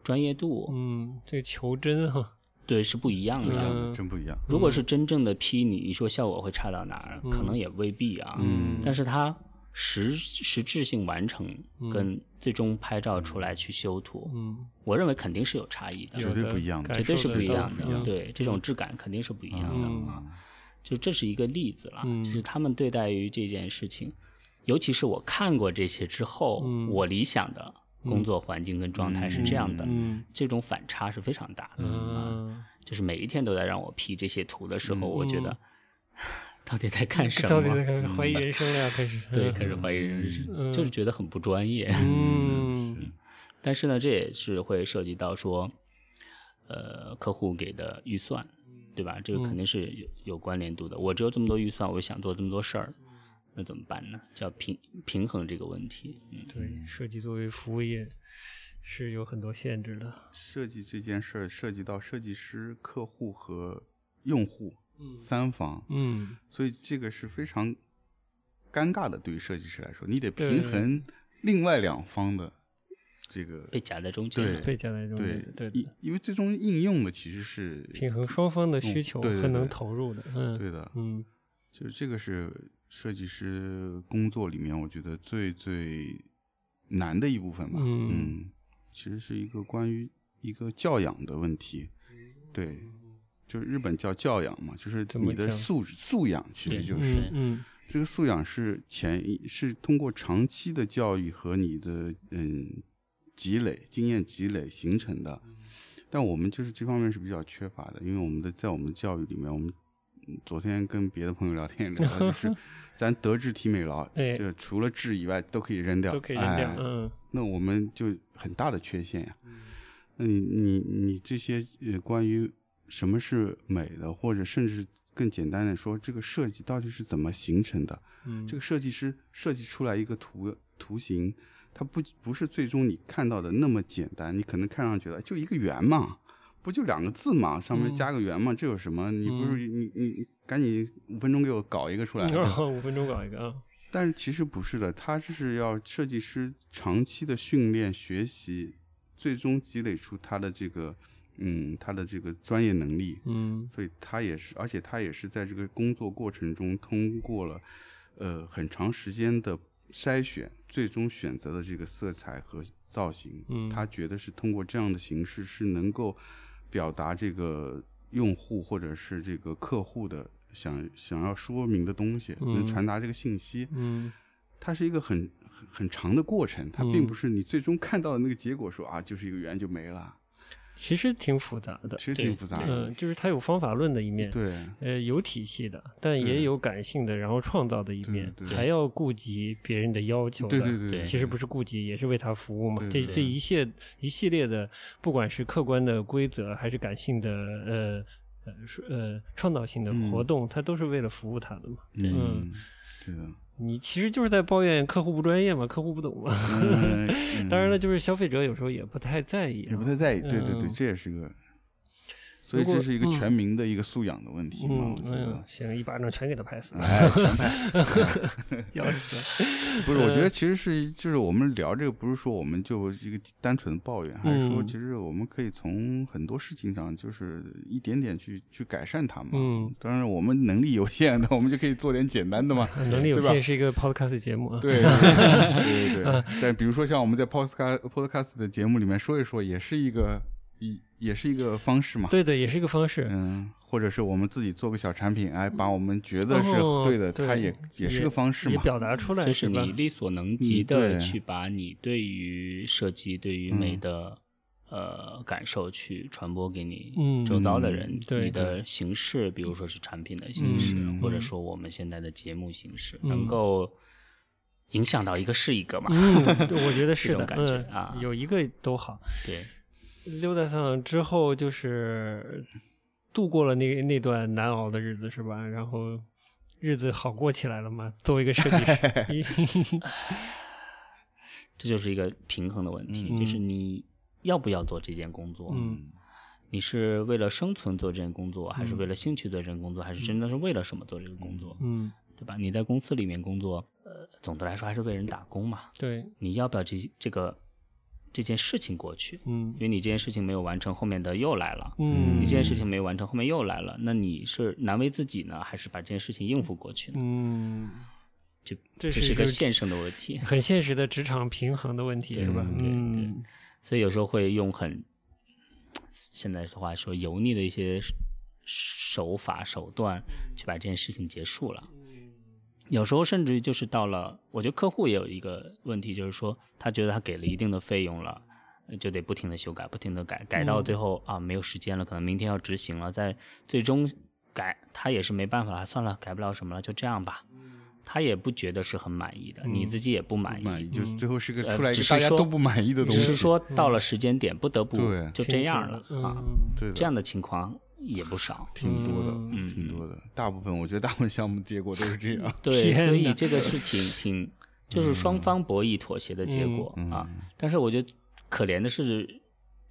Speaker 3: 专业度，
Speaker 2: 嗯这个求真哈，
Speaker 3: 对是不一样
Speaker 1: 不一样
Speaker 3: 的。
Speaker 2: 嗯
Speaker 1: 的，真不一样。
Speaker 3: 如果是真正的批你，你说效果会差到哪儿？可能也未必啊。
Speaker 1: 嗯
Speaker 3: 但是它实实质性完成跟最终拍照出来去修图，
Speaker 2: 嗯，
Speaker 3: 我认为肯定是有差异的。
Speaker 1: 绝对
Speaker 2: 有
Speaker 1: 不一样的
Speaker 2: 感
Speaker 3: 绝对
Speaker 2: 受
Speaker 3: 是不一
Speaker 2: 到
Speaker 3: 样
Speaker 2: 不一
Speaker 3: 的，
Speaker 2: 样
Speaker 3: 对，这种质感肯定是不一样的
Speaker 2: 嗯
Speaker 3: 啊。就这是一个例子啦，
Speaker 2: 嗯
Speaker 3: 就是他们对待于这件事情，尤其是我看过这些之后，
Speaker 2: 嗯
Speaker 3: 我理想的工作环境跟状态是这样的，
Speaker 2: 嗯
Speaker 3: 这种反差是非常大的、啊。
Speaker 2: 嗯，
Speaker 3: 就是每一天都在让我 P 这些图的时候，我觉得 到底在干什
Speaker 2: 嗯到底在
Speaker 3: 么？嗯
Speaker 2: 开始怀疑人生了呀，开始
Speaker 3: 对，开始怀疑人生，
Speaker 2: 嗯
Speaker 3: 就是觉得很不专业。
Speaker 2: 嗯
Speaker 3: 但是呢，这也是会涉及到说，呃，客户给的预算，对吧？这个肯定是有有关联度的。我只有这么多预算，我想做这么多事儿，那怎么办呢？叫平平衡这个问题。嗯，
Speaker 2: 对设计作为服务业是有很多限制的，
Speaker 1: 设计这件事儿涉及到设计师、客户和用户三方，
Speaker 2: 嗯
Speaker 1: 所以这个是非常尴尬的。对于设计师来说，你得
Speaker 2: 对
Speaker 1: 平衡另外两方的这个
Speaker 3: 被夹在中间了。
Speaker 1: 对
Speaker 2: 被夹在中间
Speaker 1: 对
Speaker 2: 的，对
Speaker 1: 因
Speaker 2: 的，
Speaker 1: 因为最终应用的其实是
Speaker 2: 平衡双方的需
Speaker 1: 嗯
Speaker 2: 求
Speaker 1: 对对
Speaker 2: 和能
Speaker 1: 对
Speaker 2: 投入的，嗯，
Speaker 1: 对的，
Speaker 2: 嗯
Speaker 1: 就是这个是设计师工作里面我觉得最最难的一部分吧。
Speaker 2: 嗯
Speaker 1: 嗯，其实是一个关于一个教养的问题，对。就是日本叫教养嘛，就是
Speaker 2: 嗯怎么
Speaker 1: 你的
Speaker 2: 讲
Speaker 1: 素质素养，其实
Speaker 3: 对
Speaker 1: 就是
Speaker 2: 嗯嗯
Speaker 1: 这个素养是潜移，是通过长期的教育和你的嗯积累经验积累形成的。
Speaker 2: 嗯
Speaker 1: 但我们就是这方面是比较缺乏的，因为我们的在我们的教育里面，我们嗯昨天跟别的朋友聊天也聊到，就是 咱德智体美劳，
Speaker 2: 哎
Speaker 1: 这个除了智以外都可以扔掉，
Speaker 2: 都可以扔掉
Speaker 1: 哎，
Speaker 2: 嗯
Speaker 1: 那我们就很大的缺陷呀、那你你你这些呃，关于什么是美的，或者甚至更简单的说，这个设计到底是怎么形成的？
Speaker 2: 嗯，
Speaker 1: 这个设计师设计出来一个图图形，它不不是最终你看到的那么简单。你可能看上去哎了就一个圆嘛，不就两个字嘛，上面
Speaker 2: 嗯
Speaker 1: 加个圆嘛，这有什么？你不是你你你赶紧五分钟给我搞一个出来。
Speaker 2: 然后五分钟搞一个啊，
Speaker 1: 但是其实不是的，它就是要设计师长期的训练学习，最终积累出他的这个嗯他的这个专业能力。
Speaker 2: 嗯
Speaker 1: 所以他也是，而且他也是在这个工作过程中通过了呃很长时间的筛选，最终选择的这个色彩和造型。
Speaker 2: 嗯
Speaker 1: 他觉得是通过这样的形式是能够表达这个用户或者是这个客户的想想要说明的东西，
Speaker 2: 嗯
Speaker 1: 能传达这个信息。
Speaker 2: 嗯
Speaker 1: 它是一个很很很长的过程，它并
Speaker 2: 嗯
Speaker 1: 不是你最终看到的那个结果说啊就是一个圆就没了，
Speaker 2: 其实挺复杂的
Speaker 1: 其，实
Speaker 3: 对
Speaker 1: 挺复杂的。
Speaker 2: 嗯，就是它有方法论的一面，
Speaker 1: 对，
Speaker 2: 呃，有体系的，但也
Speaker 1: 对
Speaker 2: 有感性的，然后创造的一
Speaker 1: 对
Speaker 2: 面，
Speaker 1: 对
Speaker 2: 还要顾及别人的要求的。
Speaker 1: 对对
Speaker 3: 对
Speaker 2: 其实不是顾及，也是为他服务嘛。
Speaker 1: 对
Speaker 2: 这
Speaker 1: 对
Speaker 2: 这一系一系列的，不管是客观的规则，还是感性的，呃呃说呃创造性的
Speaker 1: 嗯
Speaker 2: 活动，它都是为了服务他的嘛。
Speaker 3: 对
Speaker 1: 嗯，对的。
Speaker 2: 你其实就是在抱怨客户不专业嘛，客户不懂嘛。
Speaker 1: 嗯
Speaker 2: 当然了，，就是消费者有时候也不太在意、
Speaker 1: 也不太。在意。对对对，
Speaker 2: 嗯
Speaker 1: 这也是个，所以
Speaker 2: 如果
Speaker 1: 这是一个
Speaker 2: 嗯
Speaker 1: 全民的一个素养的问题嘛
Speaker 2: 嗯，
Speaker 1: 我觉
Speaker 2: 哎呦
Speaker 1: 得。
Speaker 2: 行，一巴掌全给他拍死了，
Speaker 1: 哎，全拍
Speaker 2: 要死了。
Speaker 1: 不是，我
Speaker 2: 呃
Speaker 1: 觉得其实是就是我们聊这个，不是说我们就一个单纯的抱怨，还是说
Speaker 2: 嗯
Speaker 1: 其实我们可以从很多事情上，就是一点点去去改善它嘛。
Speaker 2: 嗯，
Speaker 1: 当然我们能力有限的，我 们就可以做点简单的 嘛。
Speaker 2: 嗯能力有
Speaker 1: 对吧
Speaker 2: 限是一个 podcast 节目啊。
Speaker 1: 对对对
Speaker 2: 呃
Speaker 1: 对，但比如说像我们在 podcast podcast 的节目里面说一说，也是一个也也是一个方式嘛。
Speaker 2: 对对，也是一个方式。
Speaker 1: 嗯，或者是我们自己做个小产品，哎，把我们觉得是
Speaker 2: 哦
Speaker 1: 对的，
Speaker 2: 对
Speaker 1: 它也也是个方式
Speaker 2: 也
Speaker 1: 嘛。
Speaker 2: 表达出来，
Speaker 3: 就是
Speaker 2: 吧嗯
Speaker 3: 你？力所能及的
Speaker 1: 对
Speaker 3: 去把你对于设计、对于
Speaker 2: 嗯
Speaker 3: 美的、呃感受去传播给你
Speaker 2: 嗯
Speaker 3: 周遭的人，
Speaker 2: 对
Speaker 3: 你的形式，比如说是产品的形式，
Speaker 1: 嗯
Speaker 3: 或者说我们现在的节目形式，
Speaker 2: 嗯
Speaker 3: 能够影响到一个是一个嘛？
Speaker 2: 嗯，对 我觉得
Speaker 3: 这
Speaker 2: 是
Speaker 3: 种
Speaker 2: 的，
Speaker 3: 感觉
Speaker 2: 嗯
Speaker 3: 啊
Speaker 2: 有一个都好。
Speaker 3: 对，
Speaker 2: 溜达上之后就是度过了那那段难熬的日子，是吧？然后日子好过起来了嘛？作为一个设计师，
Speaker 3: 这就是一个平衡的问题，
Speaker 1: 嗯
Speaker 3: 就是你要不要做这件工作？
Speaker 2: 嗯
Speaker 3: 你是为了生存做这件工作，还是
Speaker 2: 嗯
Speaker 3: 为了兴趣做这件工作，还是真的是为了什么做这个工作？
Speaker 2: 嗯，
Speaker 3: 对吧？你在公司里面工作，呃，总的来说还是为人打工嘛。
Speaker 2: 对，
Speaker 3: 你要不要这这个这件事情过去？
Speaker 2: 嗯
Speaker 3: 因为你这件事情没有完成，后面的又来了。
Speaker 2: 嗯
Speaker 3: 你这件事情没有完成，后面又来了，那你是难为自己呢，还是把这件事情应付过去呢？
Speaker 2: 嗯，
Speaker 3: 这
Speaker 2: 这是
Speaker 3: 这是
Speaker 2: 一
Speaker 3: 个
Speaker 2: 个
Speaker 3: 现生的问 题，
Speaker 2: 很现实的职场平衡的问题，是吧？
Speaker 1: 对
Speaker 3: 对对
Speaker 2: 嗯，
Speaker 3: 所以有时候会用很现在的话说油腻的一些手法手段去把这件事情结束了。有时候甚至于就是到了，我觉得客户也有一个问题，就是说他觉得他给了一定的费用了，呃就得不停的修改，不停的改，改到
Speaker 2: 嗯
Speaker 3: 最后、啊没有时间了，可能明天要执行了，在最终改他也是没办法了，算了，改不了什么了，就这样吧。
Speaker 2: 嗯
Speaker 3: 他也不觉得是很满意的，你自己也不满意，
Speaker 1: 满意，
Speaker 2: 嗯
Speaker 1: 就是最后是个
Speaker 3: 呃
Speaker 1: 出来一
Speaker 3: 只
Speaker 1: 个
Speaker 3: 是
Speaker 1: 大家
Speaker 3: 说
Speaker 1: 都不满意的东
Speaker 3: 只
Speaker 1: 西。
Speaker 3: 是说到了时间点不得不
Speaker 1: 对
Speaker 3: 就这样了
Speaker 2: 挺准的
Speaker 3: 啊，
Speaker 2: 嗯
Speaker 1: 对的，
Speaker 3: 这样的情况也不少。
Speaker 1: 挺多的，
Speaker 2: 嗯
Speaker 1: 挺多的。大部分我觉得大部分项目结果都是这样。
Speaker 3: 对，
Speaker 2: 天
Speaker 3: 所以
Speaker 2: 哪嗯
Speaker 3: 这个是挺挺，就是双方博弈妥协的结果
Speaker 1: 嗯
Speaker 3: 啊。但是我觉得可怜的是，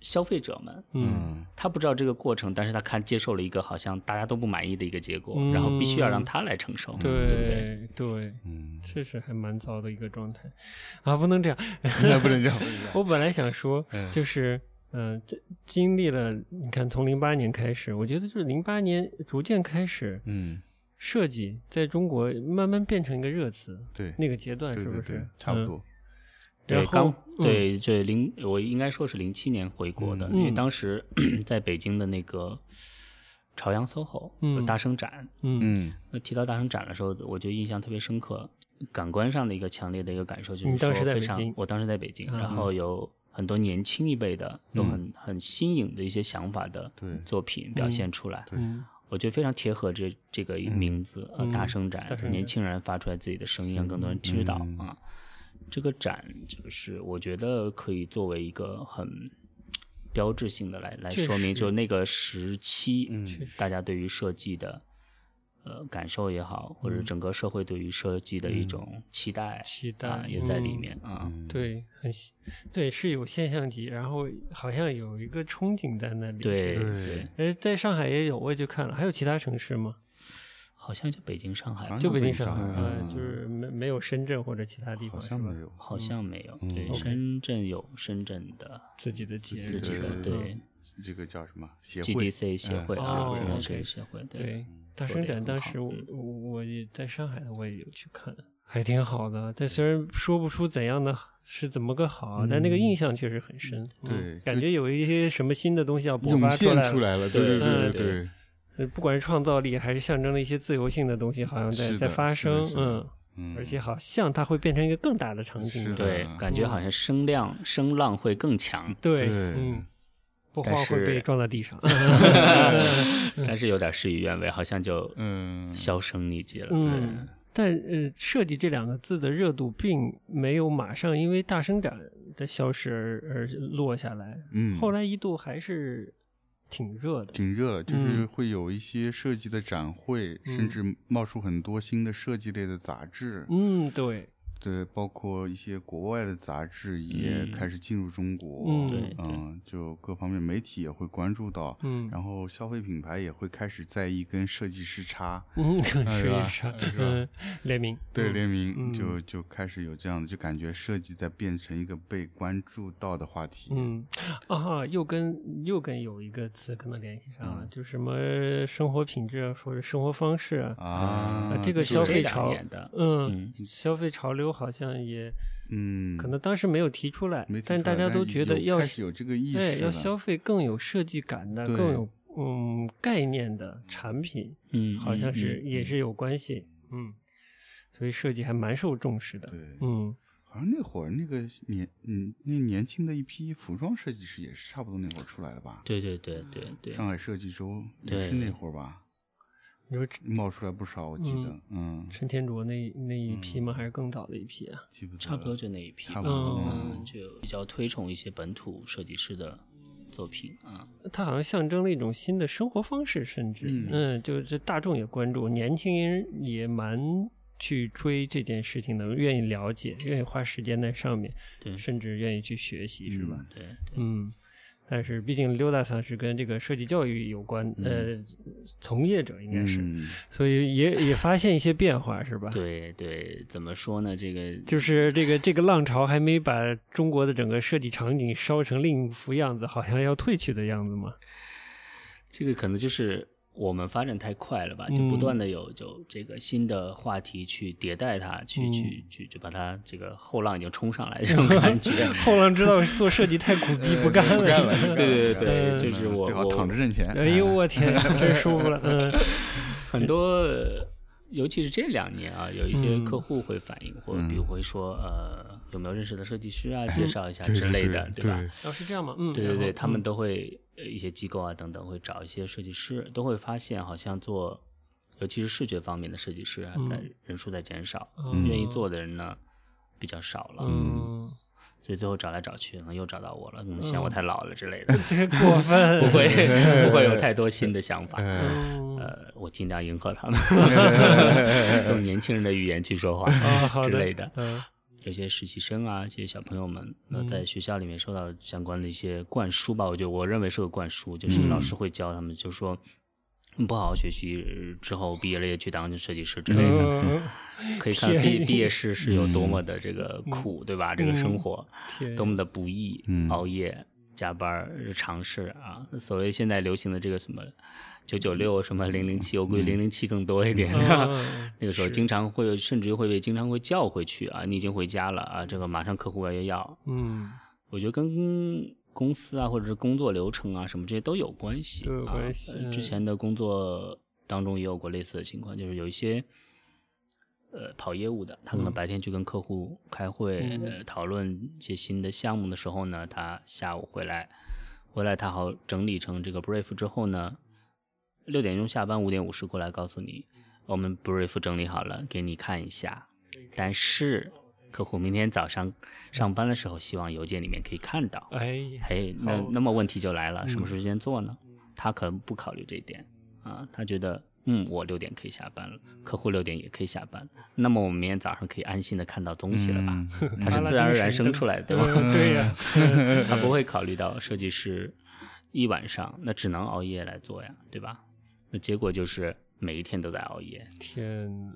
Speaker 3: 消费者们，
Speaker 2: 嗯
Speaker 3: 他不知道这个过程，但是他看接受了一个好像大家都不满意的一个结果，
Speaker 2: 嗯
Speaker 3: 然后必须要让他来承受，对不对？
Speaker 2: 对对，
Speaker 1: 嗯，
Speaker 2: 这是还蛮糟的一个状态啊！不能这样，
Speaker 1: 那不能这样，不能这样
Speaker 2: 我本来想说
Speaker 1: 嗯，
Speaker 2: 就是嗯，这、经历了你看，从零八年开始，我觉得就是零八年逐渐开始，
Speaker 1: 嗯，
Speaker 2: 设计在中国慢慢变成一个热词，
Speaker 1: 对，
Speaker 2: 那个阶段
Speaker 1: 对
Speaker 2: 是
Speaker 1: 对
Speaker 2: 不
Speaker 1: 对
Speaker 2: 是？，
Speaker 1: 差不
Speaker 2: 嗯。
Speaker 1: 多，
Speaker 2: 然
Speaker 3: 对，
Speaker 2: 后
Speaker 3: 刚
Speaker 2: 嗯
Speaker 3: 对这零，我应该说是零七年回国的，
Speaker 2: 嗯
Speaker 3: 因为当时 在北京的那个朝阳 SOHO 有
Speaker 2: 嗯
Speaker 3: 大生展，
Speaker 2: 嗯
Speaker 1: 嗯
Speaker 3: 那提到大生展的时候，我就印象特别深刻，感官上的一个强烈的一个感受就是
Speaker 2: 你当时
Speaker 3: 说
Speaker 2: 在
Speaker 3: 非
Speaker 2: 北
Speaker 3: 常
Speaker 2: 京
Speaker 3: 我当时在北京，
Speaker 2: 嗯
Speaker 3: 然后有很多年轻一辈的，有很很新颖的一些想法的
Speaker 1: 对
Speaker 3: 作品表现出来，
Speaker 1: 对
Speaker 2: 嗯
Speaker 3: 我觉得非常贴合这这个名字、
Speaker 2: 嗯
Speaker 3: 呃，大声展
Speaker 2: 大，声展
Speaker 3: 年轻人发出来自己的声音，让更多人知道、
Speaker 1: 嗯
Speaker 3: 啊。这个展就是我觉得可以作为一个很标志性的来来
Speaker 2: 确
Speaker 3: 说明，
Speaker 2: 实
Speaker 3: 就那个时期，
Speaker 1: 嗯确
Speaker 3: 大家对于设计的。呃，感受也好，
Speaker 1: 嗯
Speaker 3: 或者整个社会对于设计的一种期待，
Speaker 2: 期待
Speaker 3: 啊、也在里
Speaker 2: 嗯
Speaker 3: 面啊。
Speaker 1: 嗯，
Speaker 2: 对，很喜对，是有现象级，然后好像有一个憧憬在那里。
Speaker 3: 对
Speaker 2: 是
Speaker 1: 对
Speaker 2: 呃，在上海也有，我也去看了，还有其他城市吗？
Speaker 3: 好像就北京、上海
Speaker 1: 好像
Speaker 3: 吧，
Speaker 2: 就
Speaker 1: 啊
Speaker 2: 北
Speaker 1: 北
Speaker 2: 京、
Speaker 1: 京
Speaker 2: 上
Speaker 1: 上
Speaker 2: 海，
Speaker 1: 海
Speaker 2: 呃
Speaker 1: 嗯
Speaker 2: 就是没没有深圳或者其他地
Speaker 1: 好
Speaker 2: 方，
Speaker 1: 像
Speaker 2: 是吧
Speaker 1: 没有，
Speaker 3: 好像没有。
Speaker 1: 嗯
Speaker 3: 对，
Speaker 1: OK
Speaker 3: 深圳有深圳的
Speaker 2: 自己的节
Speaker 3: 自
Speaker 2: 日
Speaker 3: 己
Speaker 1: 这
Speaker 3: 的
Speaker 1: 个
Speaker 3: 对
Speaker 1: 呃这个叫什么协会
Speaker 3: GDC 协会
Speaker 1: 嗯
Speaker 2: 协
Speaker 3: 啊
Speaker 2: 会
Speaker 3: ，OK，
Speaker 2: 哦，OK
Speaker 3: 协会对
Speaker 2: 对，大
Speaker 3: 做
Speaker 2: 生
Speaker 3: 得也
Speaker 2: 展
Speaker 3: 很
Speaker 2: 当
Speaker 3: 好
Speaker 2: 时我
Speaker 3: 嗯
Speaker 2: 我我也在上海的，我也有去看，还挺好的。但虽然说不出怎样的是怎么个好，啊但那个印象确实很深。嗯
Speaker 1: 对
Speaker 2: 感
Speaker 1: 就
Speaker 2: 觉有一些什么新的东西要勃
Speaker 1: 涌
Speaker 2: 发
Speaker 1: 现
Speaker 2: 来
Speaker 1: 出
Speaker 2: 了。
Speaker 1: 来了，对对
Speaker 2: 嗯
Speaker 1: 对对，
Speaker 2: 呃不管是创造力还是象征了一些自由性的东西，好像在
Speaker 1: 是的
Speaker 2: 在发
Speaker 1: 是的
Speaker 2: 生，
Speaker 1: 是的
Speaker 2: 嗯，
Speaker 1: 嗯，
Speaker 2: 而且好像它会变成一个更大的场景
Speaker 1: 是
Speaker 2: 的，
Speaker 1: 的
Speaker 3: 对
Speaker 1: 嗯，
Speaker 3: 感觉好像声量声浪会更强，
Speaker 2: 对，
Speaker 1: 对
Speaker 2: 嗯，不
Speaker 3: 但
Speaker 2: 花会
Speaker 3: 是
Speaker 2: 被撞到地上，
Speaker 3: 但是有点事与愿违，好像就
Speaker 1: 嗯，
Speaker 3: 销声匿迹了。
Speaker 2: 嗯
Speaker 3: 对，
Speaker 2: 但呃，设计这两个字的热度并没有马上因为大生展的消失而而落下来，
Speaker 1: 嗯
Speaker 2: 后来一度还是挺热的。
Speaker 1: 挺热，就是
Speaker 2: 嗯
Speaker 1: 会有一些设计的展会，甚
Speaker 2: 嗯
Speaker 1: 至冒出很多新的设计类的杂志，
Speaker 2: 嗯，对，
Speaker 1: 对，包括一些国外的杂志也
Speaker 3: 嗯
Speaker 1: 开始进入中国，
Speaker 2: 嗯
Speaker 3: 对
Speaker 1: 嗯，就各方面媒体也会关注到，
Speaker 2: 嗯，
Speaker 1: 然后消费品牌也会开始在意跟设计师差。
Speaker 2: 嗯，
Speaker 1: 哎
Speaker 2: 设
Speaker 1: 是吧
Speaker 2: 计啥
Speaker 1: 哎是吧，
Speaker 2: 嗯，联名，
Speaker 1: 对
Speaker 2: 嗯
Speaker 1: 联名
Speaker 2: 嗯
Speaker 1: 就就开始有这样的，就感觉设计在变成一个被关注到的话题。
Speaker 2: 嗯啊，又跟又跟有一个词可能联系上了，
Speaker 1: 嗯
Speaker 2: 就什么生活品质啊，或者生活方式啊，
Speaker 1: 啊
Speaker 2: 呃，这个
Speaker 1: 对
Speaker 2: 消费
Speaker 3: 这两
Speaker 2: 潮
Speaker 3: 年的，
Speaker 2: 嗯，
Speaker 3: 嗯
Speaker 2: 消费潮流好像也
Speaker 1: 嗯，
Speaker 2: 可能当时没有提出来，
Speaker 1: 没提出
Speaker 2: 但
Speaker 1: 来，
Speaker 2: 大家都觉得
Speaker 1: 有
Speaker 2: 要
Speaker 1: 开始有这个意识
Speaker 2: 对要
Speaker 1: 了
Speaker 2: 消费更有设计感的、
Speaker 1: 对
Speaker 2: 更有嗯概念的产品，
Speaker 3: 嗯，
Speaker 2: 好像是、
Speaker 3: 嗯
Speaker 2: 也是有关系，嗯，所以设计还蛮受重视的，
Speaker 1: 对，
Speaker 2: 嗯，
Speaker 1: 好像那会儿那个年嗯那年轻的一批服装设计师也是差不多那会儿出来的吧？
Speaker 3: 对对对对
Speaker 2: 嗯
Speaker 3: 对，
Speaker 1: 上海设计周也
Speaker 3: 对
Speaker 1: 是那会儿吧，
Speaker 2: 你说陈
Speaker 1: 冒出来不少，我记得，嗯，
Speaker 2: 陈天卓那那一批吗？还是更早的一批啊？
Speaker 1: 记不得了
Speaker 3: 差不多就那一批
Speaker 1: 差不
Speaker 3: 吧，
Speaker 1: 多，
Speaker 2: 嗯
Speaker 1: 嗯
Speaker 3: 就比较推崇一些本土设计师的作品啊。
Speaker 2: 它好像象征了一种新的生活方式，甚至
Speaker 1: 嗯
Speaker 2: 嗯，就这大众也关注，年轻人也蛮去追这件事情的，愿意了解，愿意花时间在上面，
Speaker 1: 嗯
Speaker 3: 对
Speaker 2: 甚至愿意去学习，是吧？
Speaker 3: 对对，
Speaker 2: 嗯。但是，毕竟溜达桑是跟这个设计教育有关，
Speaker 3: 嗯
Speaker 2: 呃，从业者应该是，
Speaker 1: 嗯
Speaker 2: 所以也也发现一些变化，是吧？，
Speaker 3: 对对，怎么说呢？这个
Speaker 2: 就是这个这个浪潮还没把中国的整个设计场景烧成另一副样子，好像要退去的样子嘛。
Speaker 3: 这个可能就是我们发展太快了吧，
Speaker 2: 嗯
Speaker 3: 就不断的有就这个新的话题去迭代它，去
Speaker 2: 嗯
Speaker 3: 去去就把它这个后浪已经冲上来这种感觉。
Speaker 2: 后浪知道做设计太苦逼，
Speaker 3: 嗯
Speaker 2: 不干了。
Speaker 1: 不干了，
Speaker 3: 对对
Speaker 1: 不干了
Speaker 3: 对嗯就是我
Speaker 1: 最好
Speaker 3: 我
Speaker 1: 躺着挣钱。嗯
Speaker 2: 哎呦我 天，真舒服了。嗯
Speaker 3: 很多，呃尤其是这两年啊，有一些
Speaker 2: 嗯
Speaker 3: 客户会反映，或者比如会说，呃，有没有认识的设计师啊，介绍一下
Speaker 1: 对
Speaker 3: 之类的，
Speaker 1: 对
Speaker 3: 吧？
Speaker 2: 哦，是这样吗？嗯，
Speaker 3: 对对
Speaker 2: 然
Speaker 3: 对，
Speaker 2: 后
Speaker 3: 他们都会呃一些机构啊等等会找一些设计师，都会发现好像做，尤其是视觉方面的设计师啊，
Speaker 2: 嗯
Speaker 3: 在人数在减少，
Speaker 2: 嗯
Speaker 3: 愿意做的人呢比较少 了，
Speaker 2: 嗯，
Speaker 3: 所以最后找来找去，可能又找到我了，可能嫌我太老了之类的，
Speaker 2: 这个过分，
Speaker 3: 不会不会有太多新的想法。
Speaker 1: 哎
Speaker 2: 嗯。
Speaker 3: 呃，我尽 量 迎合他们，用年轻人的语言去说话
Speaker 2: 啊，好
Speaker 3: 之
Speaker 2: 的
Speaker 3: 类的。
Speaker 2: 嗯
Speaker 3: 这些实习生啊，这些小朋友们，那
Speaker 2: 嗯
Speaker 3: 在学校里面受到相关的一些灌输吧，我觉得我认为是个灌输，就是
Speaker 2: 嗯
Speaker 3: 老师会教他们，就说你不好好学习，呃之后毕业了也去当设计师之类的。
Speaker 2: 嗯，
Speaker 3: 可以看到
Speaker 2: 天
Speaker 3: 毕
Speaker 2: 意嗯
Speaker 3: 毕业式是有多么的这个苦，对吧？这个生活
Speaker 2: 天
Speaker 3: 多么的不易，
Speaker 1: 嗯
Speaker 3: 熬夜、加班儿、尝试啊。所谓现在流行的这个什么九九六、什么零零七，我估计零零七更多一点。
Speaker 2: 嗯
Speaker 3: 那个时候
Speaker 2: 是
Speaker 3: 经常会，甚至会被经常会叫回去啊，你已经回家了啊，这个马上客户要要要。
Speaker 2: 嗯，
Speaker 3: 我觉得跟公司啊，或者是工作流程啊，什么这些都有关系，
Speaker 2: 都有关系
Speaker 3: 啊呃
Speaker 2: 嗯
Speaker 3: 之前的工作当中也有过类似的情况，就是有一些呃跑业务的，他可能
Speaker 2: 嗯
Speaker 3: 白天去跟客户开会、
Speaker 2: 嗯
Speaker 3: 呃、讨论一些新的项目的时候呢，他下午回来，回来他好整理成这个 brief 之后呢，六点钟下班，五点五十过来告诉你，我们 brief 整理好了，给你看一下。但是客户明天早上上班的时候，希望邮件里面可以看到。
Speaker 2: 哎呀，
Speaker 3: 嘿，那
Speaker 2: 好
Speaker 3: 那么问题就来了，什么
Speaker 2: 嗯
Speaker 3: 时间做呢？他可能不考虑这一点啊，他觉得嗯，我六点可以下班了，客户六点也可以下班，那么我们明天早上可以安心的看到东西了吧？
Speaker 1: 嗯
Speaker 3: 它是自然而然生出来的，对吧？
Speaker 2: 嗯对呀， 嗯
Speaker 3: 他不会考虑到设计师一晚上，那只能熬夜来做呀，对吧？那结果就是每一天都在熬夜，
Speaker 2: 天呐，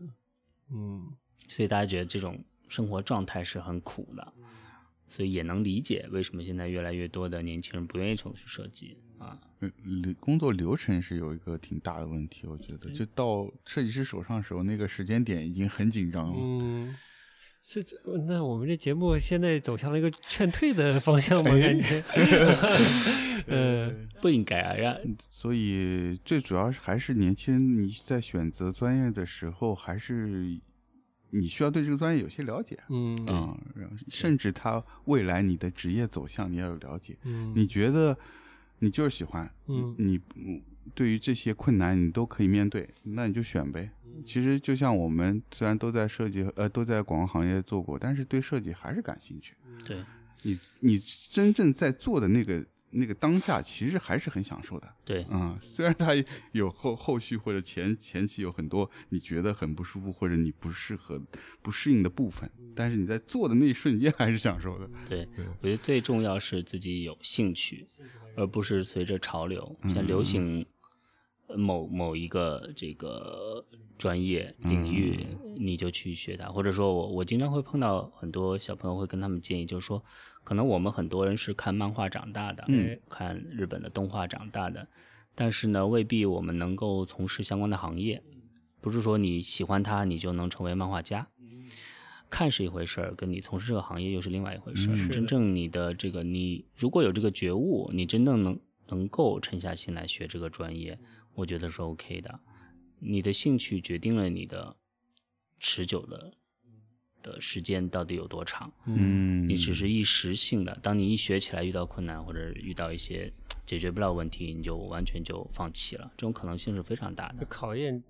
Speaker 2: 嗯，
Speaker 3: 所以大家觉得这种生活状态是很苦的，所以也能理解为什么现在越来越多的年轻人不愿意从事设计啊。
Speaker 1: 呃流工作流程是有一个挺大的问题，我觉得，就到设计师手上的时候，那个时间点已经很紧
Speaker 3: 哦
Speaker 1: 张了。
Speaker 2: 嗯，是这那我们这节目现在走向了一个劝退的方向
Speaker 3: 哎
Speaker 2: 吗？感 觉，嗯
Speaker 3: 不应该啊，让
Speaker 1: 所以最主要是还是年轻人你在选择专业的时候，还是你需要对这个专业有些了解。
Speaker 3: 哦
Speaker 2: 嗯
Speaker 1: 嗯，然后甚至他未来你的职业走向你要有了解。
Speaker 2: 嗯，
Speaker 1: 你觉得你就是喜欢，
Speaker 2: 嗯
Speaker 1: 你嗯对于这些困难你都可以面对，那你就选呗。
Speaker 2: 嗯
Speaker 1: 其实就像我们虽然都在设计呃都在广告行业做过，但是对设计还是感兴趣。
Speaker 2: 嗯
Speaker 3: 对
Speaker 1: 你你真正在做的那个那个当下，其实还是很享受的。
Speaker 3: 对，
Speaker 1: 啊、虽然它有后后续或者前前期有很多你觉得很不舒服或者你不适合、不适应的部分，但是你在做的那一瞬间还是享受的。
Speaker 3: 对，我觉得最重要是自己有兴趣，而不是随着潮流。现在流行呃某某一个这个专业领域，你就去学它，或者说我我经常会碰到很多小朋友会跟他们建议，就是说，可能我们很多人是看漫画长大的，哎
Speaker 1: 嗯
Speaker 3: 看日本的动画长大的，但是呢，未必我们能够从事相关的行业。不是说你喜欢它，你就能成为漫画家。看是一回事儿，跟你从事这个行业又是另外一回事儿。
Speaker 1: 嗯
Speaker 3: 真正你的这个，你如果有这个觉悟，你真正能能够沉下心来学这个专业，我觉得是 OK 的。你的兴趣决定了你的持久的的时间到底有多长。
Speaker 1: 嗯
Speaker 3: 你只是一时性的，当你一学起来遇到困难或者遇到一些解决不了问题，你就完全就放弃了，这种可能性是非常大
Speaker 2: 就
Speaker 3: 的。
Speaker 2: 考验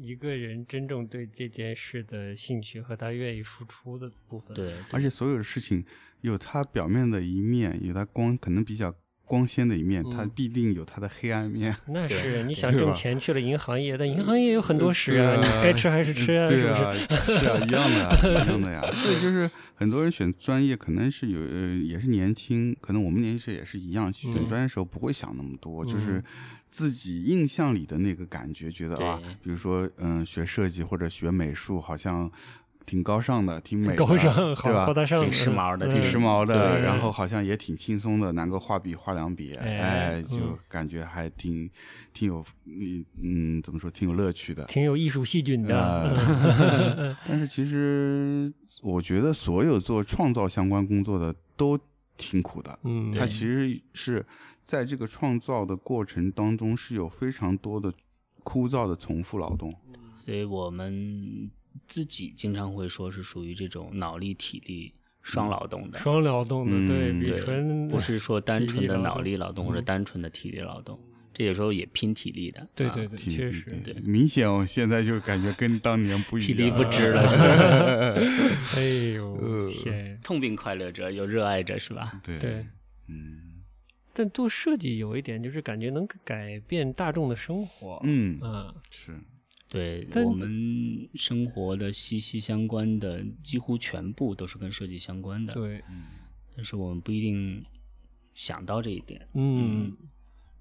Speaker 2: 一个人真正对这件事的兴趣和他愿意付出的部分。，
Speaker 3: 对，
Speaker 1: 而且所有的事情有它表面的一面，有它光可能比较光鲜的一面，它
Speaker 2: 嗯
Speaker 1: 必定有它的黑暗面。
Speaker 2: 那
Speaker 3: 对
Speaker 2: 是你想
Speaker 1: 是
Speaker 2: 挣
Speaker 1: 吧
Speaker 2: 钱去了银行业，但银行业有很多事
Speaker 1: 对
Speaker 2: 啊，
Speaker 1: 啊嗯
Speaker 2: 你该吃还是吃啊，
Speaker 1: 对
Speaker 2: 是不是？
Speaker 1: 是 啊，一样的、啊，一样的呀。所以就是很多人选专业，可能是有呃，也是年轻，可能我们年轻时也是一样，选
Speaker 2: 嗯
Speaker 1: 专业的时候不会想那么多，就是
Speaker 2: 嗯
Speaker 1: 自己印象里的那个感觉，觉得啊
Speaker 3: 对，
Speaker 1: 比如说嗯，学设计或者学美术，好像挺高尚的，挺美的，
Speaker 2: 高尚，
Speaker 1: 对
Speaker 2: 好
Speaker 1: 吧
Speaker 2: 高？大上，
Speaker 3: 挺时髦的
Speaker 2: 嗯
Speaker 1: 挺时髦的，
Speaker 2: 对
Speaker 1: 然后好像也挺轻松的，拿个画笔画两笔，
Speaker 2: 哎
Speaker 1: 哎，就
Speaker 2: 嗯
Speaker 1: 感觉还挺挺有嗯嗯，怎么说，挺有乐趣的。
Speaker 2: 挺有艺术细
Speaker 3: 嗯
Speaker 2: 菌
Speaker 3: 啊
Speaker 2: 嗯 的。
Speaker 1: 呃但是其实我觉得所有做创造相关工作的都挺苦的，
Speaker 2: 嗯，
Speaker 1: 它其实是在这个创造的过程当中是有非常多的枯燥的重复劳动。
Speaker 3: 所以我们自己经常会说是属于这种脑力体力双劳动的，
Speaker 2: 嗯双劳动的，对
Speaker 1: 嗯
Speaker 2: 比
Speaker 3: 对
Speaker 2: 纯
Speaker 3: 不是说单
Speaker 2: 体
Speaker 3: 纯
Speaker 2: 力
Speaker 3: 的
Speaker 2: 劳动
Speaker 3: 脑力劳动或者
Speaker 2: 嗯
Speaker 3: 单纯的体力劳动，这有时候也拼体力的。
Speaker 2: 对
Speaker 3: 啊
Speaker 2: 对对，
Speaker 1: 体
Speaker 2: 确
Speaker 1: 力
Speaker 2: 实，
Speaker 1: 对
Speaker 3: 对
Speaker 1: 明显我现在就感觉跟当年不一样，
Speaker 3: 体力不支 了是
Speaker 2: 哎
Speaker 3: 呃
Speaker 2: 呦天，
Speaker 3: 痛并快乐着，又热爱着，是吧？
Speaker 1: 对
Speaker 2: 对。
Speaker 1: 嗯
Speaker 2: 但做设计有一点就是感觉能改变大众的生活，
Speaker 1: 嗯
Speaker 2: 啊，
Speaker 1: 是
Speaker 3: 对
Speaker 2: 但
Speaker 3: 我们生活的息息相关的，几乎全部都是跟设计相关的。，
Speaker 2: 对，
Speaker 3: 但是我们不一定想到这一点。
Speaker 2: 嗯，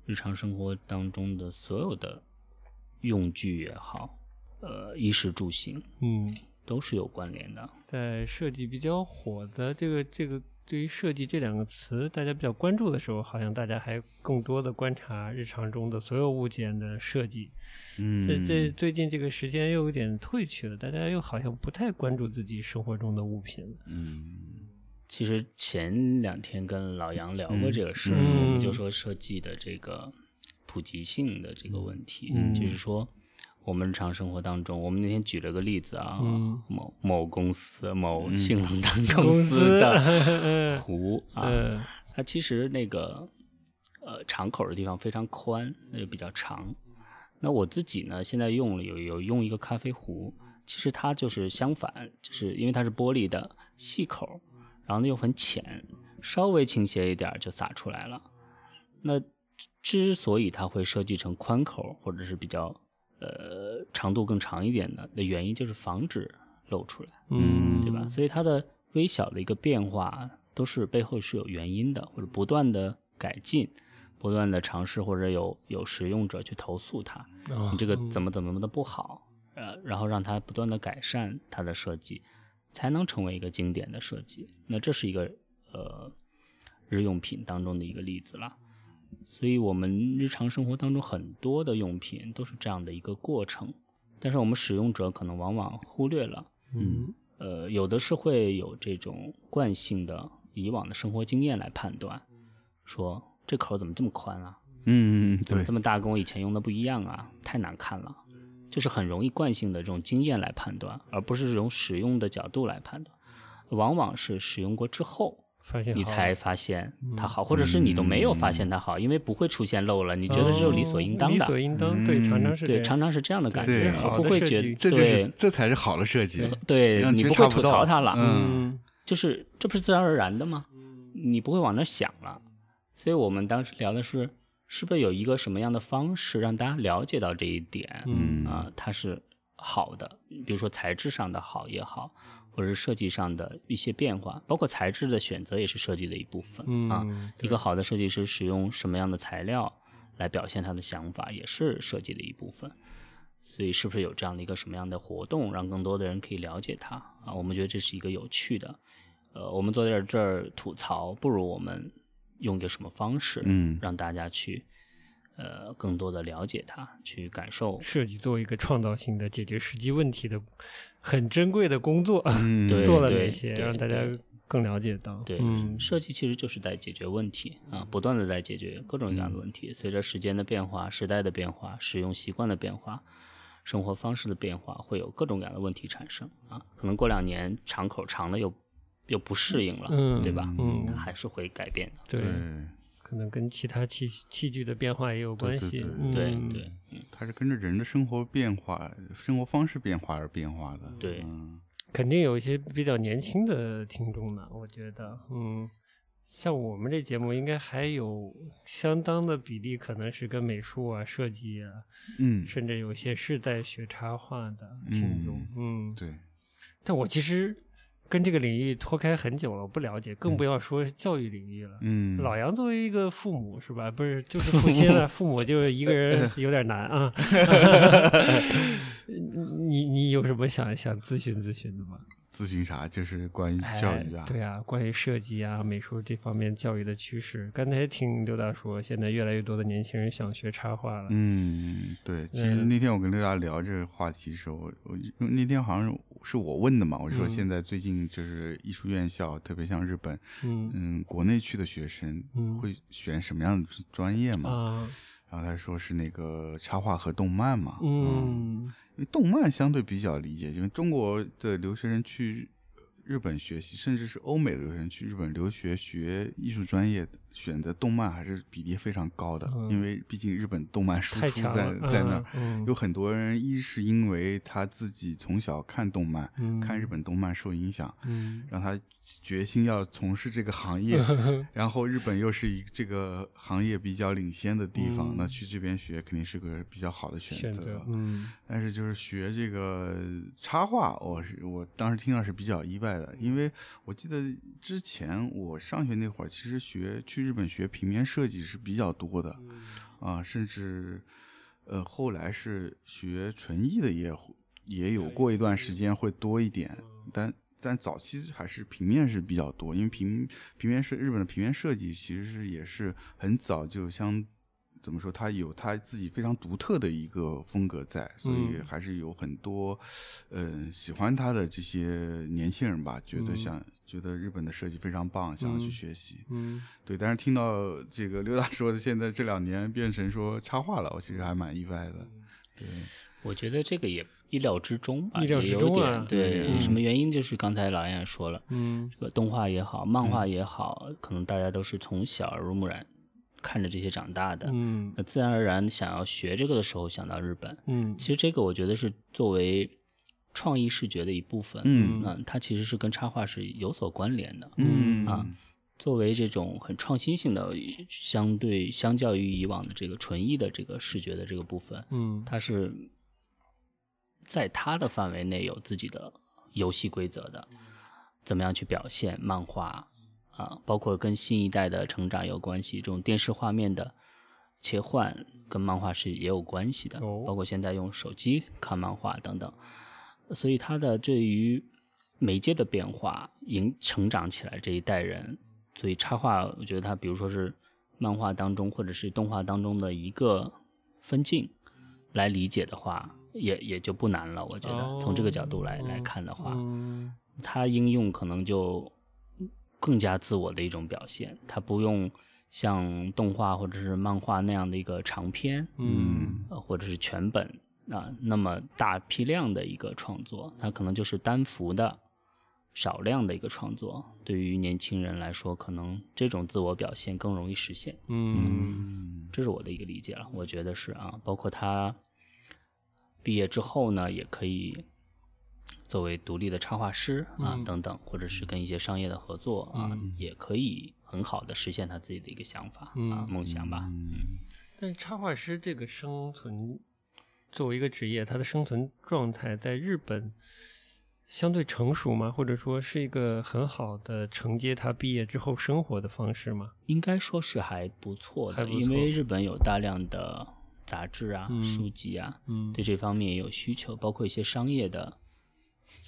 Speaker 3: 日常生活当中的所有的用具也好，呃，衣食住行
Speaker 2: 嗯，
Speaker 3: 都是有关联的。
Speaker 2: 在设计比较火的这个这个对于设计这两个词，大家比较关注的时候，好像大家还更多的观察日常中的所有物件的设计。
Speaker 1: 嗯，
Speaker 2: 这这最近这个时间又有点退去了，大家又好像不太关注自己生活中的物品了。
Speaker 1: 嗯
Speaker 3: 其实前两天跟老杨聊过这个事儿，
Speaker 2: 嗯
Speaker 3: 我们就说设计的这个普及性的这个问题，
Speaker 2: 嗯
Speaker 3: 就是说我们日常生活当中，我们那天举了个例子啊，
Speaker 2: 嗯
Speaker 3: 某某公司某性能 当
Speaker 2: 公
Speaker 3: 司
Speaker 2: 司
Speaker 3: 的壶啊，
Speaker 2: 嗯
Speaker 3: 它其实那个呃敞口的地方非常宽，那就比较长。那我自己呢，现在用了有有用一个咖啡壶，其实它就是相反，就是因为它是玻璃的细口，然后呢又很浅，稍微倾斜一点儿就洒出来了。那之所以它会设计成宽口或者是比较呃长度更长一点的，那原因就是防止漏出来。
Speaker 2: 嗯，
Speaker 3: 对吧？所以它的微小的一个变化都是背后是有原因的，或者不断的改进，不断的尝试，或者有有使用者去投诉它，
Speaker 2: 啊？
Speaker 3: 嗯你这个怎么怎么的不好，呃，然后让它不断的改善它的设计，才能成为一个经典的设计。那这是一个呃日用品当中的一个例子啦。所以我们日常生活当中很多的用品都是这样的一个过程，但是我们使用者可能往往忽略了。
Speaker 2: 嗯
Speaker 3: 呃，有的是会有这种惯性的以往的生活经验来判断，说这口儿怎么这么宽啊，
Speaker 1: 嗯，
Speaker 3: 怎么
Speaker 1: 对
Speaker 3: 这，么大，跟我以前用的不一样啊，太难看了，就是很容易惯性的这种经验来判断，而不是从使用的角度来判断，往往是使用过之后。
Speaker 2: 发现
Speaker 3: 你
Speaker 2: 好
Speaker 3: 才发现它好，或者是你都没有发现它好，因为不会出现漏了，你
Speaker 2: 你
Speaker 3: 觉得这是理所应当
Speaker 2: 哦理
Speaker 3: 的，嗯
Speaker 2: 所应当，对，常常是
Speaker 3: 对，
Speaker 2: 这样
Speaker 3: 常常是这样的感
Speaker 1: 对
Speaker 3: 觉，
Speaker 1: 这是
Speaker 3: 而
Speaker 2: 好
Speaker 3: 不
Speaker 2: 的
Speaker 3: 会
Speaker 2: 设
Speaker 3: 觉
Speaker 2: 计
Speaker 1: 这就是
Speaker 3: 对
Speaker 1: 这才是好的设计。
Speaker 3: 对，
Speaker 1: 让
Speaker 3: 你
Speaker 1: 觉
Speaker 3: 不
Speaker 1: 察
Speaker 3: 会
Speaker 1: 不
Speaker 3: 吐
Speaker 1: 到
Speaker 3: 槽它了，
Speaker 1: 嗯
Speaker 2: 嗯
Speaker 3: 就是这不是自然而然的吗？你不会往那儿想了。所以我们当时聊的是，是不是有一个什么样的方式让大家了解到这一点啊、
Speaker 2: 嗯
Speaker 3: 它是好的，比如说材质上的好也好，或者是设计上的一些变化，包括材质的选择也是设计的一部分、啊。
Speaker 2: 嗯，
Speaker 3: 一个好的设计师使用什么样的材料来表现他的想法，也是设计的一部分。所以，是不是有这样的一个什么样的活动，让更多的人可以了解它啊？我们觉得这是一个有趣的。呃，我们坐在这儿吐槽，不如我们用一个什么方式，
Speaker 1: 嗯
Speaker 3: 让大家去呃更多的了解它，去感受。
Speaker 2: 设计作为一个创造性的解决实际问题的很珍贵的工作，
Speaker 1: 嗯，
Speaker 3: 对
Speaker 2: 做了哪些，
Speaker 3: 对
Speaker 2: 让大家
Speaker 3: 对
Speaker 2: 更了解到。
Speaker 3: 对，
Speaker 2: 嗯，
Speaker 3: 设计其实就是在解决问题啊，不断的在解决各种各样的问题。随着时间的变化、时代的变化、使用习惯的变化、生活方式的变化，会有各种各样的问题产生啊。可能过两年敞口长的又又不适应了，
Speaker 2: 嗯
Speaker 3: 对吧？
Speaker 2: 嗯
Speaker 3: 它还是会改变的。
Speaker 2: 对，可能跟其他器器具的变化也有关系。
Speaker 1: 对
Speaker 3: 对、
Speaker 2: 嗯
Speaker 3: 对，
Speaker 1: 它是跟着人的生活变化、生活方式变化而变化的。
Speaker 3: 对
Speaker 1: 嗯
Speaker 2: 肯定有一些比较年轻的听众呢，我觉得，嗯，像我们这节目应该还有相当的比例，可能是跟美术啊、设计啊，
Speaker 1: 嗯，
Speaker 2: 甚至有些是在学插画的
Speaker 1: 嗯
Speaker 2: 听众，嗯，
Speaker 1: 对，
Speaker 2: 但我其实跟这个领域脱开很久了，我不了解，更不要说是教育领域了。
Speaker 1: 嗯，
Speaker 2: 老杨作为一个父母是吧？不是，就是父亲了，父母就是一个人有点难啊。 你你有什么想想咨询咨询的吗？
Speaker 1: 咨询啥就是关于嗯教育的
Speaker 2: 哎，对啊，关于设计啊、美术这方面教育的趋势，刚才听刘大说，现在越来越多的年轻人想学插画了。
Speaker 1: 嗯，对，其实那天我跟六大聊这个话题的时候，我我那天好像是我问的嘛，我说
Speaker 2: 嗯
Speaker 1: 现在最近就是艺术院校，特别像日本，
Speaker 2: 嗯
Speaker 1: 嗯，国内去的学生
Speaker 2: 嗯
Speaker 1: 会选什么样的专业嘛？
Speaker 2: 啊，
Speaker 1: 然后他说是那个插画和动漫嘛，
Speaker 2: 嗯
Speaker 1: 因为动漫相对比较理解，因为中国的留学生去日本学习，甚至是欧美的留学生去日本留学学艺术专业，选择动漫还是比例非常高的，
Speaker 2: 嗯
Speaker 1: 因为毕竟日本动漫输
Speaker 2: 太
Speaker 1: 出
Speaker 2: 强
Speaker 1: 在
Speaker 2: 了
Speaker 1: 在那儿。
Speaker 2: 嗯嗯
Speaker 1: 有很多人，一是因为他自己从小看动漫，
Speaker 2: 嗯
Speaker 1: 看日本动漫受影响，
Speaker 2: 嗯
Speaker 1: 让他决心要从事这个行业，然后日本又是一这个行业比较领先的地方，
Speaker 2: 嗯
Speaker 1: 那去这边学肯定是个比较好的选
Speaker 2: 选
Speaker 1: 择。
Speaker 2: 择，嗯
Speaker 1: 但是就是学这个插画，我是我当时听到是比较意外的，因为我记得之前我上学那会儿，其实学去日本学平面设计是比较多的，啊，甚至呃后来是学纯艺的也会也有过一段时间会多一点，但但早期还是平面是比较多，因为平平面设日本的平面设计其实是也是很早就相怎么说，它有它自己非常独特的一个风格在，所以
Speaker 2: 嗯
Speaker 1: 还是有很多嗯、呃喜欢它的这些年轻人吧，觉得
Speaker 2: 嗯
Speaker 1: 想、觉得日本的设计非常棒，想要去
Speaker 2: 嗯
Speaker 1: 学习。
Speaker 2: 嗯，
Speaker 1: 对，但是听到这个刘大说的，现在这两年变成说插画了，我其实还蛮意外的。对，
Speaker 3: 我觉得这个也意料之中吧，
Speaker 2: 意料之
Speaker 3: 也有
Speaker 2: 中
Speaker 3: 点
Speaker 2: 啊
Speaker 3: 对，
Speaker 1: 嗯
Speaker 3: 什么原因？就是刚才老杨也说了，
Speaker 2: 嗯
Speaker 3: 这个动画也好，漫画也好，可能大家都是从小耳濡目染，看着这些长大的，
Speaker 2: 嗯
Speaker 3: 那自然而然想要学这个的时候想到日本。
Speaker 2: 嗯
Speaker 3: 其实这个我觉得是作为创意视觉的一部分，
Speaker 1: 嗯
Speaker 3: 嗯，它其实是跟插画是有所关联的。
Speaker 1: 嗯
Speaker 3: 啊，作为这种很创新性的，相对相较于以往的这个纯艺的这个视觉的这个部分，
Speaker 2: 嗯，
Speaker 3: 它是在它的范围内有自己的游戏规则的，怎么样去表现漫画啊，包括跟新一代的成长有关系，这种电视画面的切换跟漫画是也有关系的，
Speaker 2: 哦
Speaker 3: 包括现在用手机看漫画等等，所以它的对于媒介的变化，影成长起来这一代人，所以插画，我觉得它比如说是漫画当中或者是动画当中的一个分镜来理解的话，也也就不难了。我觉得、
Speaker 2: 哦
Speaker 3: 从这个角度来来
Speaker 2: 嗯
Speaker 3: 看的话，
Speaker 2: 嗯
Speaker 3: 它应用可能就更加自我的一种表现，它不用像动画或者是漫画那样的一个长篇，
Speaker 2: 嗯
Speaker 3: 呃或者是全本啊那么大批量的一个创作，它可能就是单幅的少量的一个创作。对于年轻人来说，可能这种自我表现更容易实现，
Speaker 2: 嗯
Speaker 1: 嗯
Speaker 3: 这是我的一个理解了。我觉得是啊，包括他毕业之后呢，也可以。作为独立的插画师啊，
Speaker 2: 嗯
Speaker 3: 等等，或者是跟一些商业的合作啊，也可以很好的实现他自己的一个想法、啊、
Speaker 2: 嗯
Speaker 3: 梦想吧。
Speaker 1: 嗯
Speaker 2: 但插画师这个生存，作为一个职业，它的生存状态在日本相对成熟吗？或者说是一个很好的承接他毕业之后生活的方式吗？
Speaker 3: 应该说是还不错
Speaker 2: 还
Speaker 3: 的，
Speaker 2: 不错
Speaker 3: 因为日本有大量的杂志啊、
Speaker 2: 嗯
Speaker 3: 书籍啊，
Speaker 2: 嗯
Speaker 3: 对这方面也有需求，包括一些商业的，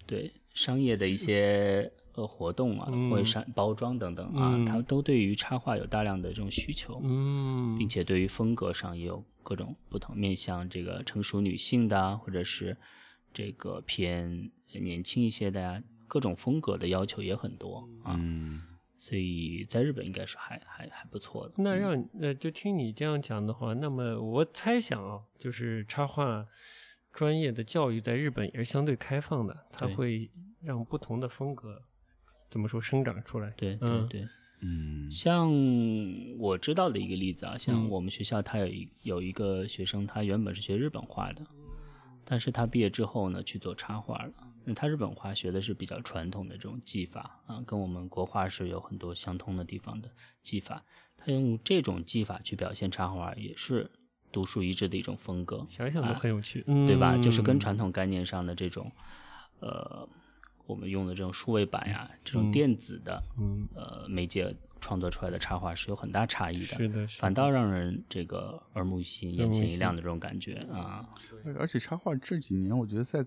Speaker 3: 对商业的一些呃活动啊，
Speaker 2: 嗯
Speaker 3: 或者商包装等等啊，
Speaker 2: 嗯
Speaker 3: 它都对于插画有大量的这种需求，
Speaker 2: 嗯，
Speaker 3: 并且对于风格上也有各种不同面向这个成熟女性的啊，或者是这个偏年轻一些的呀、各种风格的要求也很多啊，
Speaker 1: 嗯
Speaker 3: 所以在日本应该是还还还不错的。嗯
Speaker 2: 那让呃，就听你这样讲的话，那么我猜想啊，就是插画专业的教育在日本也是相对开放的，它
Speaker 3: 对
Speaker 2: 会让不同的风格怎么说生长出来？
Speaker 3: 对对
Speaker 2: 嗯
Speaker 3: 对，
Speaker 1: 嗯
Speaker 3: 像我知道的一个例子啊，像
Speaker 2: 嗯
Speaker 3: 我们学校他有一有一个学生，他原本是学日本画的，但是他毕业之后呢去做插画了。那他日本画学的是比较传统的这种技法啊，跟我们国画是有很多相通的地方的技法。他用这种技法去表现插画，也是独树一帜的一种风格。
Speaker 2: 想想都
Speaker 3: 啊
Speaker 2: 很有趣，
Speaker 3: 对吧？就是跟
Speaker 2: 嗯
Speaker 3: 传统概念上的这种，呃，我们用的这种数位板呀、这
Speaker 2: 嗯
Speaker 3: 种电子的，
Speaker 2: 嗯
Speaker 3: 呃，媒介创作出来的插画是有很大差异
Speaker 2: 是的，是
Speaker 3: 反
Speaker 2: 的
Speaker 3: 倒让人这个耳目一新、
Speaker 2: 耳
Speaker 3: 眼
Speaker 2: 目
Speaker 3: 前
Speaker 2: 一
Speaker 3: 一
Speaker 2: 新
Speaker 3: 亮的这种感觉啊。
Speaker 1: 而而且插画这几年，我觉得在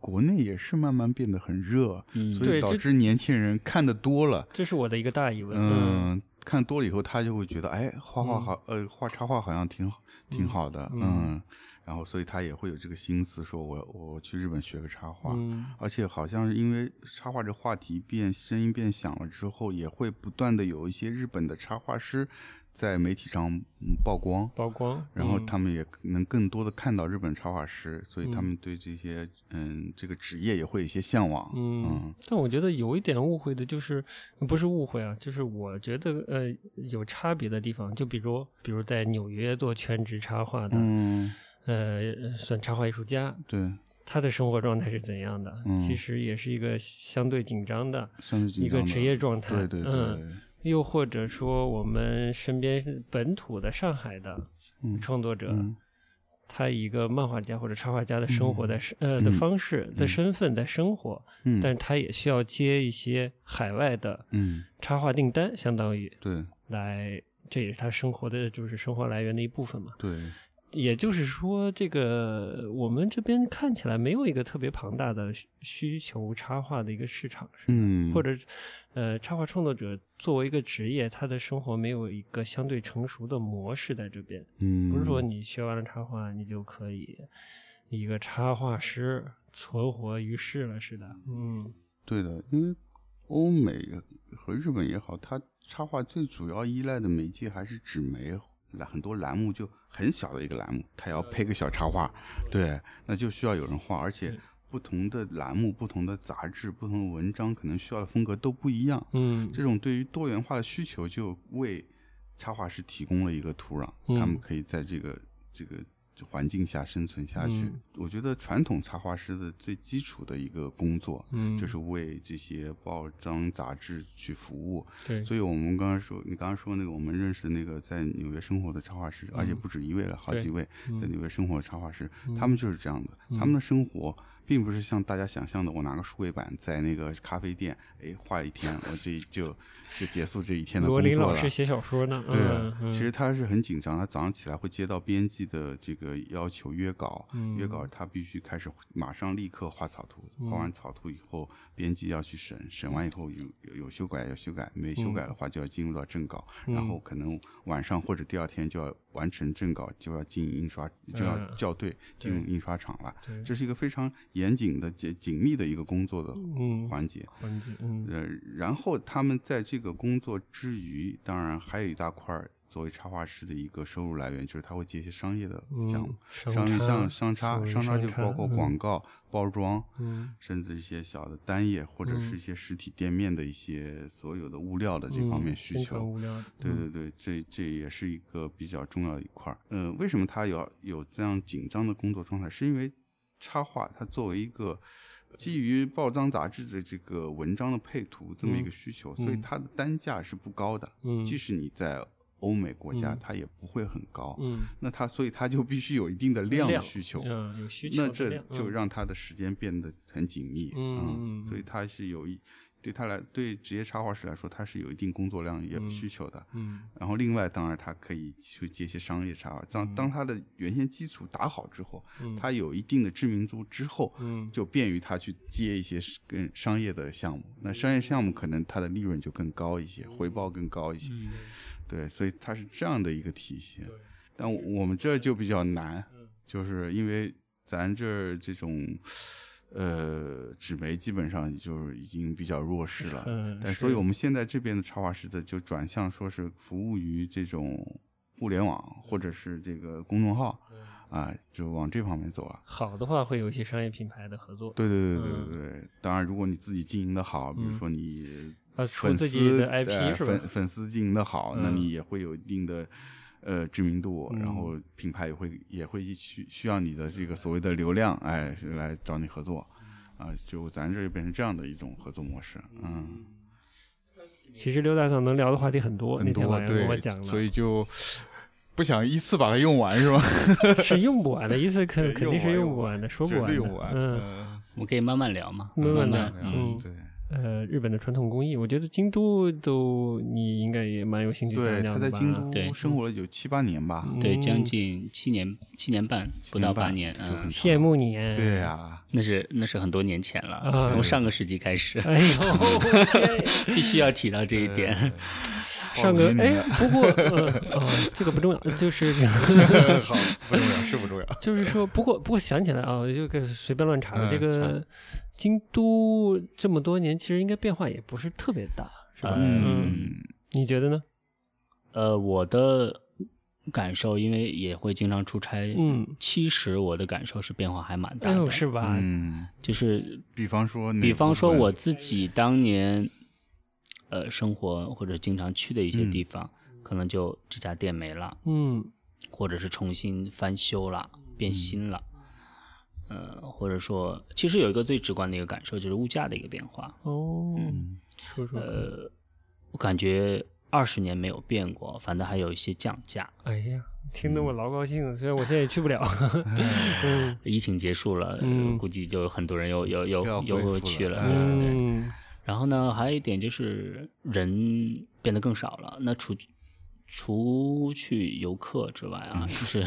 Speaker 1: 国内也是慢慢变得很热，
Speaker 3: 嗯
Speaker 1: 所以
Speaker 2: 对
Speaker 1: 导
Speaker 2: 这
Speaker 1: 致年轻人看的多了，
Speaker 2: 这是我的一个大疑问。
Speaker 1: 嗯，看多了以后，他就会觉得，哎，画画
Speaker 2: 嗯
Speaker 1: 好，呃，画插画好像挺好挺好的，
Speaker 2: 嗯
Speaker 1: 嗯然后所以他也会有这个心思，说我我去日本学个插画，
Speaker 2: 嗯
Speaker 1: 而且好像是因为插画这话题变声音变响了之后，也会不断的有一些日本的插画师在媒体上嗯曝光，
Speaker 2: 曝光，
Speaker 1: 然后
Speaker 2: 嗯
Speaker 1: 他们也能更多的看到日本插画师，所以他
Speaker 2: 嗯
Speaker 1: 们对这些嗯这个职业也会有一些向往，
Speaker 2: 嗯，但我觉得有一点误会的就是，不是误会啊，就是我觉得呃有差别的地方，就比如比如在纽约做全职插画的，
Speaker 1: 嗯
Speaker 2: 呃算插画艺术家，
Speaker 1: 对，
Speaker 2: 他的生活状态是怎样的，
Speaker 1: 嗯
Speaker 2: 其实也是一个相对紧张的
Speaker 1: 相对紧
Speaker 2: 一个
Speaker 1: 张的
Speaker 2: 职业状态。
Speaker 1: 对对对，
Speaker 2: 嗯，又或者说我们身边是本土的上海的
Speaker 1: 嗯
Speaker 2: 创作者，
Speaker 1: 嗯
Speaker 2: 他以一个漫画家或者插画家的生活的、呃
Speaker 1: 嗯
Speaker 2: 的方式、
Speaker 1: 嗯
Speaker 2: 的身份在生活，
Speaker 1: 嗯，
Speaker 2: 但是他也需要接一些海外的
Speaker 1: 嗯
Speaker 2: 插画订单，相当于
Speaker 1: 对
Speaker 2: 来，这也是他生活的就是生活来源的一部分嘛。
Speaker 1: 对
Speaker 2: 也就是说，这个我们这边看起来没有一个特别庞大的需需求插画的一个市场，是吧
Speaker 1: 嗯，
Speaker 2: 或者呃，插画创作者作为一个职业，他的生活没有一个相对成熟的模式在这边，
Speaker 1: 嗯
Speaker 2: 不是说你学完了插画，你就可以一个插画师存活于世了似的。嗯
Speaker 1: 对的，因为欧美和日本也好，它插画最主要依赖的媒介还是纸媒，栏很多栏目就很小的一个栏目，它要配个小插画，对，那就需要有人画，而且
Speaker 2: 对
Speaker 1: 不同的栏目、不同的杂志、不同的文章，可能需要的风格都不一样。
Speaker 2: 嗯，
Speaker 1: 这种对于多元化的需求，就为插画师提供了一个土壤，
Speaker 2: 嗯
Speaker 1: 他们可以在这个这个环境下生存下去。
Speaker 2: 嗯
Speaker 1: 我觉得传统插画师的最基础的一个工作，
Speaker 2: 嗯
Speaker 1: 就是为这些报章杂志去服务。
Speaker 2: 对，
Speaker 1: 所以我们刚刚说，你刚刚说那个我们认识那个在纽约生活的插画师，而且不止一位了，好
Speaker 2: 嗯对
Speaker 1: 几位在
Speaker 2: 嗯
Speaker 1: 纽约生活的插画师，他们就是这样的，他们的生活。并不是像大家想象的，我拿个数位板在那个咖啡店，哎，画一天，我这就就结束这一天的
Speaker 2: 罗
Speaker 1: 工
Speaker 2: 琳
Speaker 1: 作
Speaker 2: 老
Speaker 1: 了
Speaker 2: 师。写小说呢，
Speaker 1: 对啊
Speaker 2: 嗯，嗯
Speaker 1: 其实他是很紧张，他早上起来会接到编辑的这个要求约稿，
Speaker 2: 嗯
Speaker 1: 约稿他必须开始马上立刻画草图，画
Speaker 2: 嗯
Speaker 1: 完草图以后，编辑要去审，审完以后有有有修改有修改，没修
Speaker 2: 嗯
Speaker 1: 改的话就要进入到正稿，然后可能晚上或者第二天就要完成正稿，就要进印刷就要
Speaker 2: 嗯
Speaker 1: 校对进入印刷厂了。
Speaker 2: 对
Speaker 1: 这是一个非常严谨的、紧紧密的一个工作的
Speaker 2: 嗯
Speaker 1: 环节。
Speaker 2: 环境，嗯
Speaker 1: 呃，然后他们在这个工作之余，当然还有一大块儿作为插画师的一个收入来源，就是他会接一些商业的项目
Speaker 2: 嗯，，
Speaker 1: 商业像商
Speaker 2: 商
Speaker 1: 差，
Speaker 2: 商
Speaker 1: 差就包括广
Speaker 2: 告，
Speaker 1: 告、包装，
Speaker 2: 嗯
Speaker 1: 甚至一些小的单页或者是一些实体店面的一些所有的物料的
Speaker 2: 嗯
Speaker 1: 这方面
Speaker 2: 嗯
Speaker 1: 需
Speaker 2: 真
Speaker 1: 求
Speaker 2: 很。无聊的，
Speaker 1: 对
Speaker 2: 嗯
Speaker 1: 对对，这这也是一个比较重要的一块儿。呃，为什么他有有这样紧张的工作状态？是因为插画它作为一个基于报章杂志的这个文章的配图这么一个需求，所以
Speaker 2: 嗯
Speaker 1: 它的单价是不高的。
Speaker 2: 嗯
Speaker 1: 即使你在欧美国家，
Speaker 2: 嗯
Speaker 1: 它也不会很高。
Speaker 2: 嗯
Speaker 1: 那它所以它就必须有一定的量的
Speaker 2: 量
Speaker 1: 需求。
Speaker 2: 嗯有需求
Speaker 1: 那
Speaker 2: 的
Speaker 1: 这
Speaker 2: 量
Speaker 1: 就
Speaker 2: 嗯
Speaker 1: 让他的时间变得很紧密，啊
Speaker 2: 嗯嗯
Speaker 1: 所以他是有一对他来对职业插画师来说，他是有一定工作量也
Speaker 2: 嗯
Speaker 1: 需求的，
Speaker 2: 嗯
Speaker 1: 然后另外，当然他可以去接一些商业插画。当当他的原先基础打好之后，
Speaker 2: 嗯
Speaker 1: 他有一定的知名度之后，
Speaker 2: 嗯
Speaker 1: 就便于他去接一些是跟商业的项目。那商
Speaker 2: 嗯
Speaker 1: 业项目可能他的利润就更高一些，回报更高一些。
Speaker 3: 嗯
Speaker 1: 对，所以它是这样的一个体系。但我我们这就比较难，
Speaker 2: 嗯
Speaker 1: 就是因为咱这儿这种。呃，纸媒基本上就是已经比较弱势了，
Speaker 2: 嗯
Speaker 1: 但
Speaker 2: 是
Speaker 1: 所以我们现在这边的插画师的就转向说是服务于这种互联网或者是这个公众号啊，就往这方面走了。
Speaker 2: 好的话会有一些商业品牌的合作，
Speaker 1: 对对对
Speaker 2: 嗯
Speaker 1: 对对对，当然如果你自己经营的好，比如说你
Speaker 2: 啊
Speaker 1: 粉
Speaker 2: 出
Speaker 1: 丝
Speaker 2: 自己的 IP
Speaker 1: 呃
Speaker 2: 是吧
Speaker 1: 粉粉丝经营的好，那
Speaker 2: 嗯
Speaker 1: 你也会有一定的。呃，知名度，然
Speaker 2: 嗯
Speaker 1: 后品牌也会也会需需要你的这个所谓的流量，哎，是来找你合作，啊、就咱这儿就变成这样的一种合作模式，嗯
Speaker 2: 其实刘大嫂能聊的话题很多，
Speaker 1: 很
Speaker 2: 那天
Speaker 1: 多
Speaker 2: 晚上
Speaker 1: 对
Speaker 2: 跟我讲，了，
Speaker 1: 所以就不想一次把它用完，是吧？
Speaker 2: 是用不完的，一次 肯
Speaker 1: 对
Speaker 2: 肯定是
Speaker 1: 用
Speaker 2: 用
Speaker 1: 不完
Speaker 2: 不完的，说不
Speaker 1: 绝
Speaker 2: 完
Speaker 1: 对
Speaker 2: 的，
Speaker 1: 用不完。
Speaker 2: 嗯。
Speaker 1: 呃
Speaker 3: 我们可以慢慢聊嘛，
Speaker 2: 慢慢
Speaker 3: 慢
Speaker 2: 聊
Speaker 1: 嗯，
Speaker 2: 嗯
Speaker 1: 对，
Speaker 2: 呃，日本的传统工艺，我觉得京都都你应该也蛮有兴趣
Speaker 1: 对，
Speaker 2: 讲讲
Speaker 1: 他
Speaker 2: 的
Speaker 1: 在
Speaker 2: 吧？
Speaker 1: 京都
Speaker 3: 对
Speaker 1: 生活了有七八年吧，
Speaker 2: 嗯
Speaker 3: 对，将近七年七年半，不到八年，
Speaker 1: 就很
Speaker 3: 嗯，
Speaker 2: 羡慕你，
Speaker 1: 对呀，
Speaker 3: 那是那是很多年前
Speaker 2: 啊
Speaker 3: 了，从上个世纪开始，
Speaker 2: 哎 呦，天
Speaker 1: 啊
Speaker 3: 必须要提到这一
Speaker 1: 哎
Speaker 3: 点。
Speaker 2: 上个
Speaker 1: 好迷你
Speaker 2: 哎
Speaker 1: 啊，
Speaker 2: 不过呃哦，这个不重要，就是
Speaker 1: 好，不重要，是不重要。
Speaker 2: 就是说，不过不过想起来 啊，我就给随便乱查了。
Speaker 1: 嗯
Speaker 2: 这个京都这么多年，其实应该变化也不是特别大，是吧？
Speaker 3: 嗯，
Speaker 2: 你觉得呢？
Speaker 3: 呃，我的感受，因为也会经常出差，
Speaker 2: 嗯，
Speaker 3: 其实我的感受是变化还蛮大
Speaker 2: 哎
Speaker 3: 的，
Speaker 2: 呦，是吧？
Speaker 1: 嗯，
Speaker 3: 就是
Speaker 1: 比方说哪部分，
Speaker 3: 比方说我自己当年，呃，生活或者经常去的一
Speaker 1: 嗯
Speaker 3: 些地方，可能就这家店没了，
Speaker 2: 嗯
Speaker 1: 嗯
Speaker 3: 或者是重新翻修了，变新了。呃，或者说，其实有一个最直观的一个感受就是物价的一个变化。
Speaker 2: 哦，
Speaker 1: 嗯
Speaker 2: 说说看，
Speaker 3: 呃，我感觉二十年没有变过，反倒还有一些降价。
Speaker 2: 哎呀，
Speaker 1: 嗯
Speaker 2: 听得我老高兴了，虽然我现在也去 不了。嗯
Speaker 3: 疫情结束了，呃
Speaker 2: 嗯
Speaker 3: 估计就有很多人又又
Speaker 1: 又要
Speaker 3: 又
Speaker 1: 恢复
Speaker 3: 又去
Speaker 1: 了
Speaker 3: 了，对对对。
Speaker 2: 嗯，
Speaker 3: 然后呢，还有一点就是人变得更少了。那除除去游客之外啊， 就是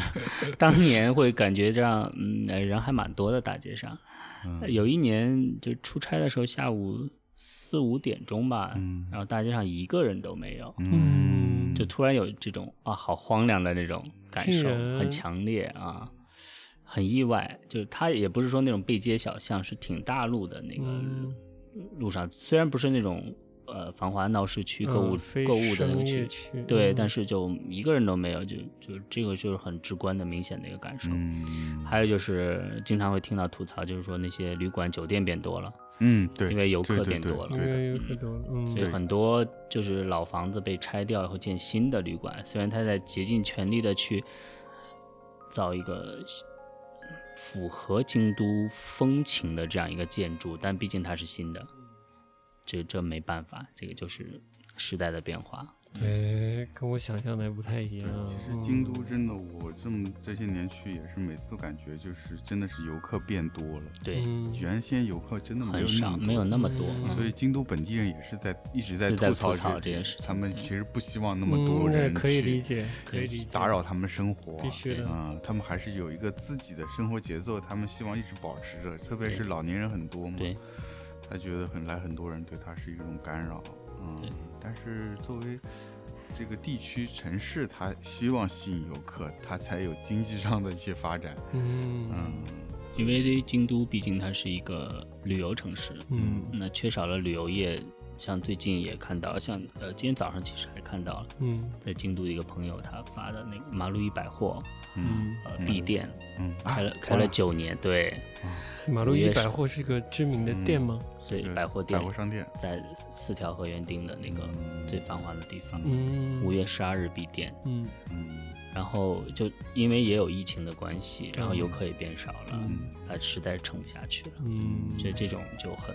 Speaker 3: 当年会感觉这样，嗯，呃人还蛮多的大街上。呃
Speaker 1: 嗯
Speaker 3: 有一年就出差的时候，下午四五点钟吧，
Speaker 1: 嗯
Speaker 3: 然后大街上一个人都没有，
Speaker 2: 嗯
Speaker 3: 就突然有这种啊，好荒凉的那种感
Speaker 2: 竟
Speaker 3: 受，
Speaker 2: 然
Speaker 3: 很强烈啊，很意外。就是它也不是说那种背街小巷，是挺大路的那个
Speaker 2: 嗯
Speaker 3: 路上，虽然不是那种呃繁华闹市区购物、
Speaker 2: 嗯非
Speaker 3: 购物的那
Speaker 2: 商
Speaker 3: 个
Speaker 2: 业
Speaker 3: 区，
Speaker 2: 区
Speaker 3: 对，
Speaker 2: 嗯
Speaker 3: 但是就一个人都没有，就就这个就是很直观的、明显的一个感受。
Speaker 1: 嗯
Speaker 3: 还有就是经常会听到吐槽，就是说那些旅馆、酒店变多了，
Speaker 1: 嗯，对，
Speaker 3: 因为游客
Speaker 1: 对对
Speaker 3: 变
Speaker 1: 对
Speaker 3: 多了
Speaker 2: 应
Speaker 1: 对
Speaker 2: 该
Speaker 1: 的，
Speaker 2: 有可多了。
Speaker 3: 所以
Speaker 2: 嗯，
Speaker 3: 很多就是老房子被拆掉以后建新的旅馆，虽然他在竭尽全力的去造一个符合京都风情的这样一个建筑，但毕竟它是新的，这这没办法，这个就是时代的变化。
Speaker 2: 对，哎跟我想象的还不太一样。
Speaker 1: 其实京
Speaker 2: 嗯
Speaker 1: 都真的，我这么这些年去也是每次都感觉就是真的是游客变多了，
Speaker 3: 对，
Speaker 2: 嗯
Speaker 1: 原先游客真的嗯没有
Speaker 3: 很
Speaker 1: 那
Speaker 3: 少，
Speaker 1: 么
Speaker 3: 没有
Speaker 1: 多
Speaker 3: 那么多。
Speaker 2: 嗯
Speaker 1: 所以京都本地人也是在一直在
Speaker 3: 是在
Speaker 1: 吐
Speaker 3: 吐
Speaker 1: 槽
Speaker 3: 槽这
Speaker 1: 这
Speaker 3: 件事情嗯
Speaker 1: 他们其实不希望嗯那
Speaker 2: 嗯那
Speaker 1: 么多人
Speaker 2: 可以
Speaker 1: 去
Speaker 2: 理解，可以
Speaker 3: 以
Speaker 2: 理解
Speaker 1: 打扰他们生活，
Speaker 2: 必须
Speaker 3: 嗯
Speaker 2: 的
Speaker 1: 啊、他们还是有一个自己的生活节奏，他们希望一直保持着，特别是老年人很多嘛，
Speaker 3: 对，
Speaker 1: 他觉得很来很多人对他是一种干扰，嗯
Speaker 3: 对，
Speaker 1: 但是作为这个地区城市，他希望吸引游客，他才有经济上的一些发展，
Speaker 2: 嗯
Speaker 1: 嗯
Speaker 3: 因为京都毕竟它是一个旅游城市，
Speaker 2: 嗯
Speaker 3: 那缺少了旅游业，像最近也看到，像呃今天早上其实还看到了，
Speaker 2: 嗯
Speaker 3: 在京都的一个朋友他发的那个马路一百货，
Speaker 1: 嗯
Speaker 3: 呃闭店
Speaker 1: 嗯，啊
Speaker 3: 开了开了九年，对
Speaker 2: 马路
Speaker 3: 五
Speaker 2: 一
Speaker 3: 月
Speaker 2: 百
Speaker 3: 十
Speaker 2: 货是个知名的店吗？
Speaker 3: 对
Speaker 1: 这个
Speaker 3: 百货店
Speaker 1: 百货商嗯店，
Speaker 3: 在四条河园町的那个最繁华的地方，
Speaker 2: 嗯，
Speaker 3: 五月十二日闭店，
Speaker 2: 嗯
Speaker 1: 嗯
Speaker 3: 然后就因为也有疫情的关系，然后游客也变少
Speaker 1: 嗯
Speaker 3: 了，他实在是撑不下去了，
Speaker 2: 嗯，
Speaker 3: 所以这种就很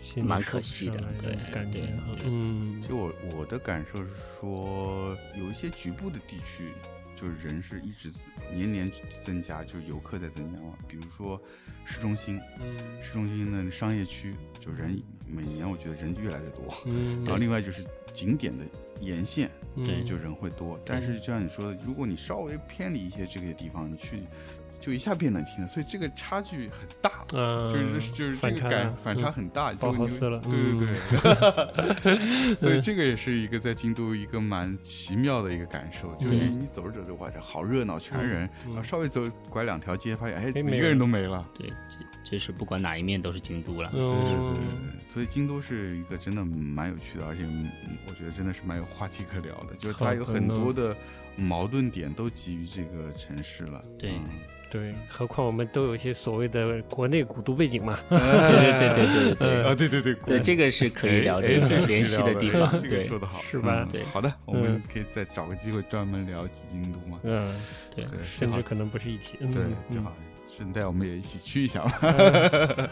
Speaker 2: 心里
Speaker 3: 蛮
Speaker 2: 说
Speaker 3: 可
Speaker 2: 不
Speaker 3: 惜
Speaker 2: 上
Speaker 3: 的
Speaker 2: 来
Speaker 3: 对
Speaker 2: 感觉
Speaker 3: 对
Speaker 2: 哈
Speaker 3: 对
Speaker 2: 嗯
Speaker 1: 其实我我的感受是说，有一些局部的地区，就是人是一直年年增加，就是游客在增加嘛。比如说市中心，
Speaker 2: 嗯
Speaker 1: 市中心的商业区，就人每年我觉得人越来越多。
Speaker 2: 嗯，
Speaker 1: 然后另外就是景点的沿线，
Speaker 3: 哦对
Speaker 2: 嗯
Speaker 1: 就人会多。但是就像你说的，如果你稍微偏离一些这个地方，你去就一下变冷清了，所以这个差距很大。
Speaker 2: 啊，
Speaker 1: 就是就是这
Speaker 2: 反
Speaker 1: 个
Speaker 2: 差
Speaker 1: 感
Speaker 2: 了
Speaker 1: 反差
Speaker 2: 嗯
Speaker 1: 很大，就
Speaker 2: 包
Speaker 1: 你
Speaker 2: 豪
Speaker 1: 会
Speaker 2: 斯了
Speaker 1: 对对对， 所以这个也是一个在京都一个蛮奇妙的一个感受，就是你
Speaker 3: 对
Speaker 1: 你走着走着，哇，这好热闹，全人，
Speaker 2: 嗯
Speaker 1: 然后稍微走拐两条街，发现哎，
Speaker 2: 哎
Speaker 1: 怎么
Speaker 2: 没
Speaker 1: 一个人
Speaker 2: 了
Speaker 1: 都没了？
Speaker 3: 对，这这是不管哪一面都是京都了，
Speaker 1: 对对对对，
Speaker 2: 嗯
Speaker 1: 对，所以京都是一个真的蛮有趣的，而且嗯我觉得真的是蛮有话题可聊的，就是
Speaker 2: 好
Speaker 1: 它有
Speaker 2: 的
Speaker 1: 很
Speaker 2: 呢
Speaker 1: 多的矛盾点都基于这个城市了，
Speaker 3: 对
Speaker 1: 嗯
Speaker 2: 对，何况我们都有一些所谓的国内古都背景嘛，
Speaker 3: 对对对对 对对。
Speaker 1: 啊，对对对，果
Speaker 3: 对，
Speaker 1: 然
Speaker 3: 这个是可以聊的
Speaker 1: 哎哎这个可以
Speaker 3: 联系
Speaker 1: 聊
Speaker 3: 的
Speaker 1: 的
Speaker 3: 地方，
Speaker 1: 这个
Speaker 3: 对
Speaker 1: 说的好，
Speaker 2: 是吧
Speaker 1: 嗯
Speaker 3: 对
Speaker 1: 好的，我们
Speaker 2: 嗯
Speaker 1: 可以再找个机会专门聊起京都嘛。
Speaker 2: 嗯，
Speaker 3: 对，
Speaker 1: 对，
Speaker 2: 甚
Speaker 1: 正好
Speaker 2: 至可能不是一起，嗯
Speaker 1: 对，正
Speaker 2: 嗯
Speaker 1: 好顺带我们也一起去一下吧。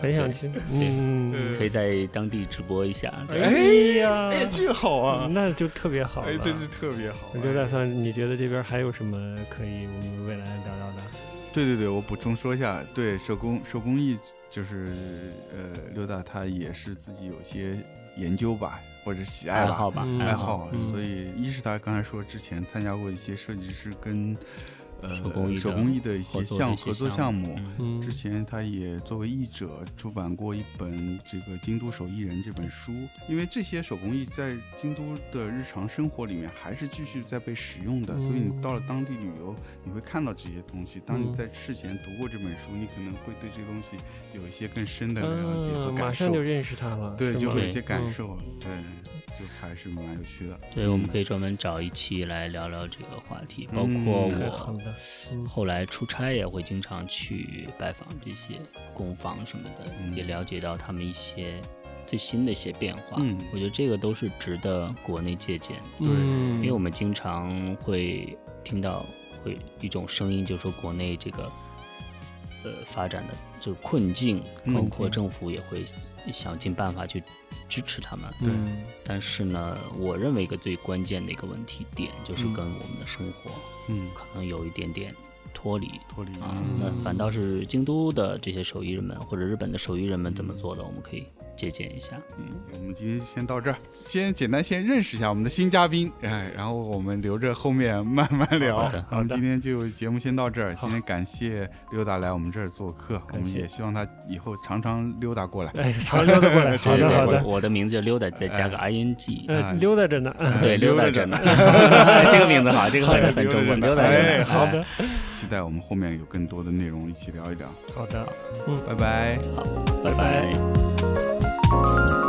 Speaker 2: 很想去，嗯，
Speaker 3: 可以在当地直播一下。对
Speaker 1: 哎
Speaker 2: 呀
Speaker 1: 哎，这个好
Speaker 3: 嗯
Speaker 1: 啊，
Speaker 2: 嗯那就特别好了
Speaker 1: 哎，。真是特别好啊。
Speaker 2: 刘大三，你觉得这边还有什么可以我们未来聊聊的？
Speaker 1: 对对对，我补充说一下，对手工手工艺就是呃，刘大他也是自己有些研究吧，或者喜爱
Speaker 3: 爱
Speaker 1: 吧，
Speaker 3: 好吧，
Speaker 2: 嗯
Speaker 1: 爱
Speaker 3: 好，
Speaker 1: 好，啊
Speaker 2: 嗯
Speaker 1: 所以一是他刚才说之前参加过一些设计师跟呃
Speaker 3: 手工艺的
Speaker 1: 手工艺的一些
Speaker 3: 合作的
Speaker 1: 项
Speaker 3: 一些
Speaker 1: 合作
Speaker 3: 项
Speaker 1: 项
Speaker 3: 目
Speaker 1: 目。
Speaker 2: 嗯，
Speaker 1: 之前他也作为译者出版过一本这个《京都手艺人》这本书，因为这些手工艺在京都的日常生活里面还是继续在被使用的，
Speaker 2: 嗯
Speaker 1: 所以你到了当地旅游，你会看到这些东西。当你
Speaker 2: 嗯
Speaker 1: 在事前读过这本书，你可能会对这些东西有一些更深的了解和
Speaker 2: 嗯，马
Speaker 1: 感受
Speaker 2: 上就。认识他了，
Speaker 1: 对，
Speaker 2: 是
Speaker 1: 就
Speaker 2: 吗
Speaker 1: 会有一些感
Speaker 2: 嗯
Speaker 1: 受，对，就还是蛮有趣的。
Speaker 3: 对，我们可以专门找一期来聊聊这个话题，包括
Speaker 2: 太好
Speaker 3: 我
Speaker 2: 了，嗯
Speaker 3: 后来出差也会经常去拜访这些工坊什么的，
Speaker 1: 嗯
Speaker 3: 也了解到他们一些最新的一些变化。
Speaker 1: 嗯
Speaker 3: 我觉得这个都是值得国内借鉴的，
Speaker 1: 对
Speaker 2: 嗯
Speaker 3: 因为我们经常会听到会一种声音，就是说国内这个。呃发展的这个困境，包
Speaker 1: 嗯
Speaker 3: 括政府也会想尽办法去支持他们。
Speaker 1: 对
Speaker 2: 嗯
Speaker 3: 但是呢，我认为一个最关键的一个问题点就是
Speaker 2: 嗯
Speaker 3: 跟我们的生活
Speaker 1: 嗯，
Speaker 3: 可能有一点点脱离。
Speaker 1: 脱离
Speaker 3: 啊
Speaker 1: 嗯，
Speaker 3: 那反倒是京都的这些手艺人们，或者日本的手艺人们怎么做的，我们可以借鉴一下。嗯，
Speaker 1: 我们今天先到这儿，先简单先认识一下我们的新嘉宾，哎，然后我们留着后面慢慢聊。
Speaker 3: 好的
Speaker 1: 我们今天就节目先到这儿，
Speaker 2: 好
Speaker 1: 今天感谢溜达来我们这儿做客，我
Speaker 2: 感
Speaker 1: 们
Speaker 2: 谢
Speaker 1: 也希望他以后常常溜达过来。
Speaker 2: 哎，常溜达 过来，好
Speaker 3: 对
Speaker 2: 的
Speaker 3: 对
Speaker 2: 好
Speaker 3: 我
Speaker 2: 的，
Speaker 3: 我的名字叫溜达，再加个 ing，
Speaker 1: 哎
Speaker 2: 呃，溜达着呢，
Speaker 3: 对，溜达
Speaker 1: 溜达着
Speaker 3: 着 呢。 这个名字好，这个很很中国，
Speaker 1: 溜
Speaker 3: 溜
Speaker 1: 达
Speaker 3: 达
Speaker 1: 着呢
Speaker 3: 着
Speaker 1: 哎
Speaker 3: 呢。
Speaker 2: 好的，
Speaker 1: 期待我们后面有更多的内容一起聊一聊，
Speaker 2: 好的，
Speaker 1: 拜拜。
Speaker 3: 哎，拜拜。
Speaker 2: 拜拜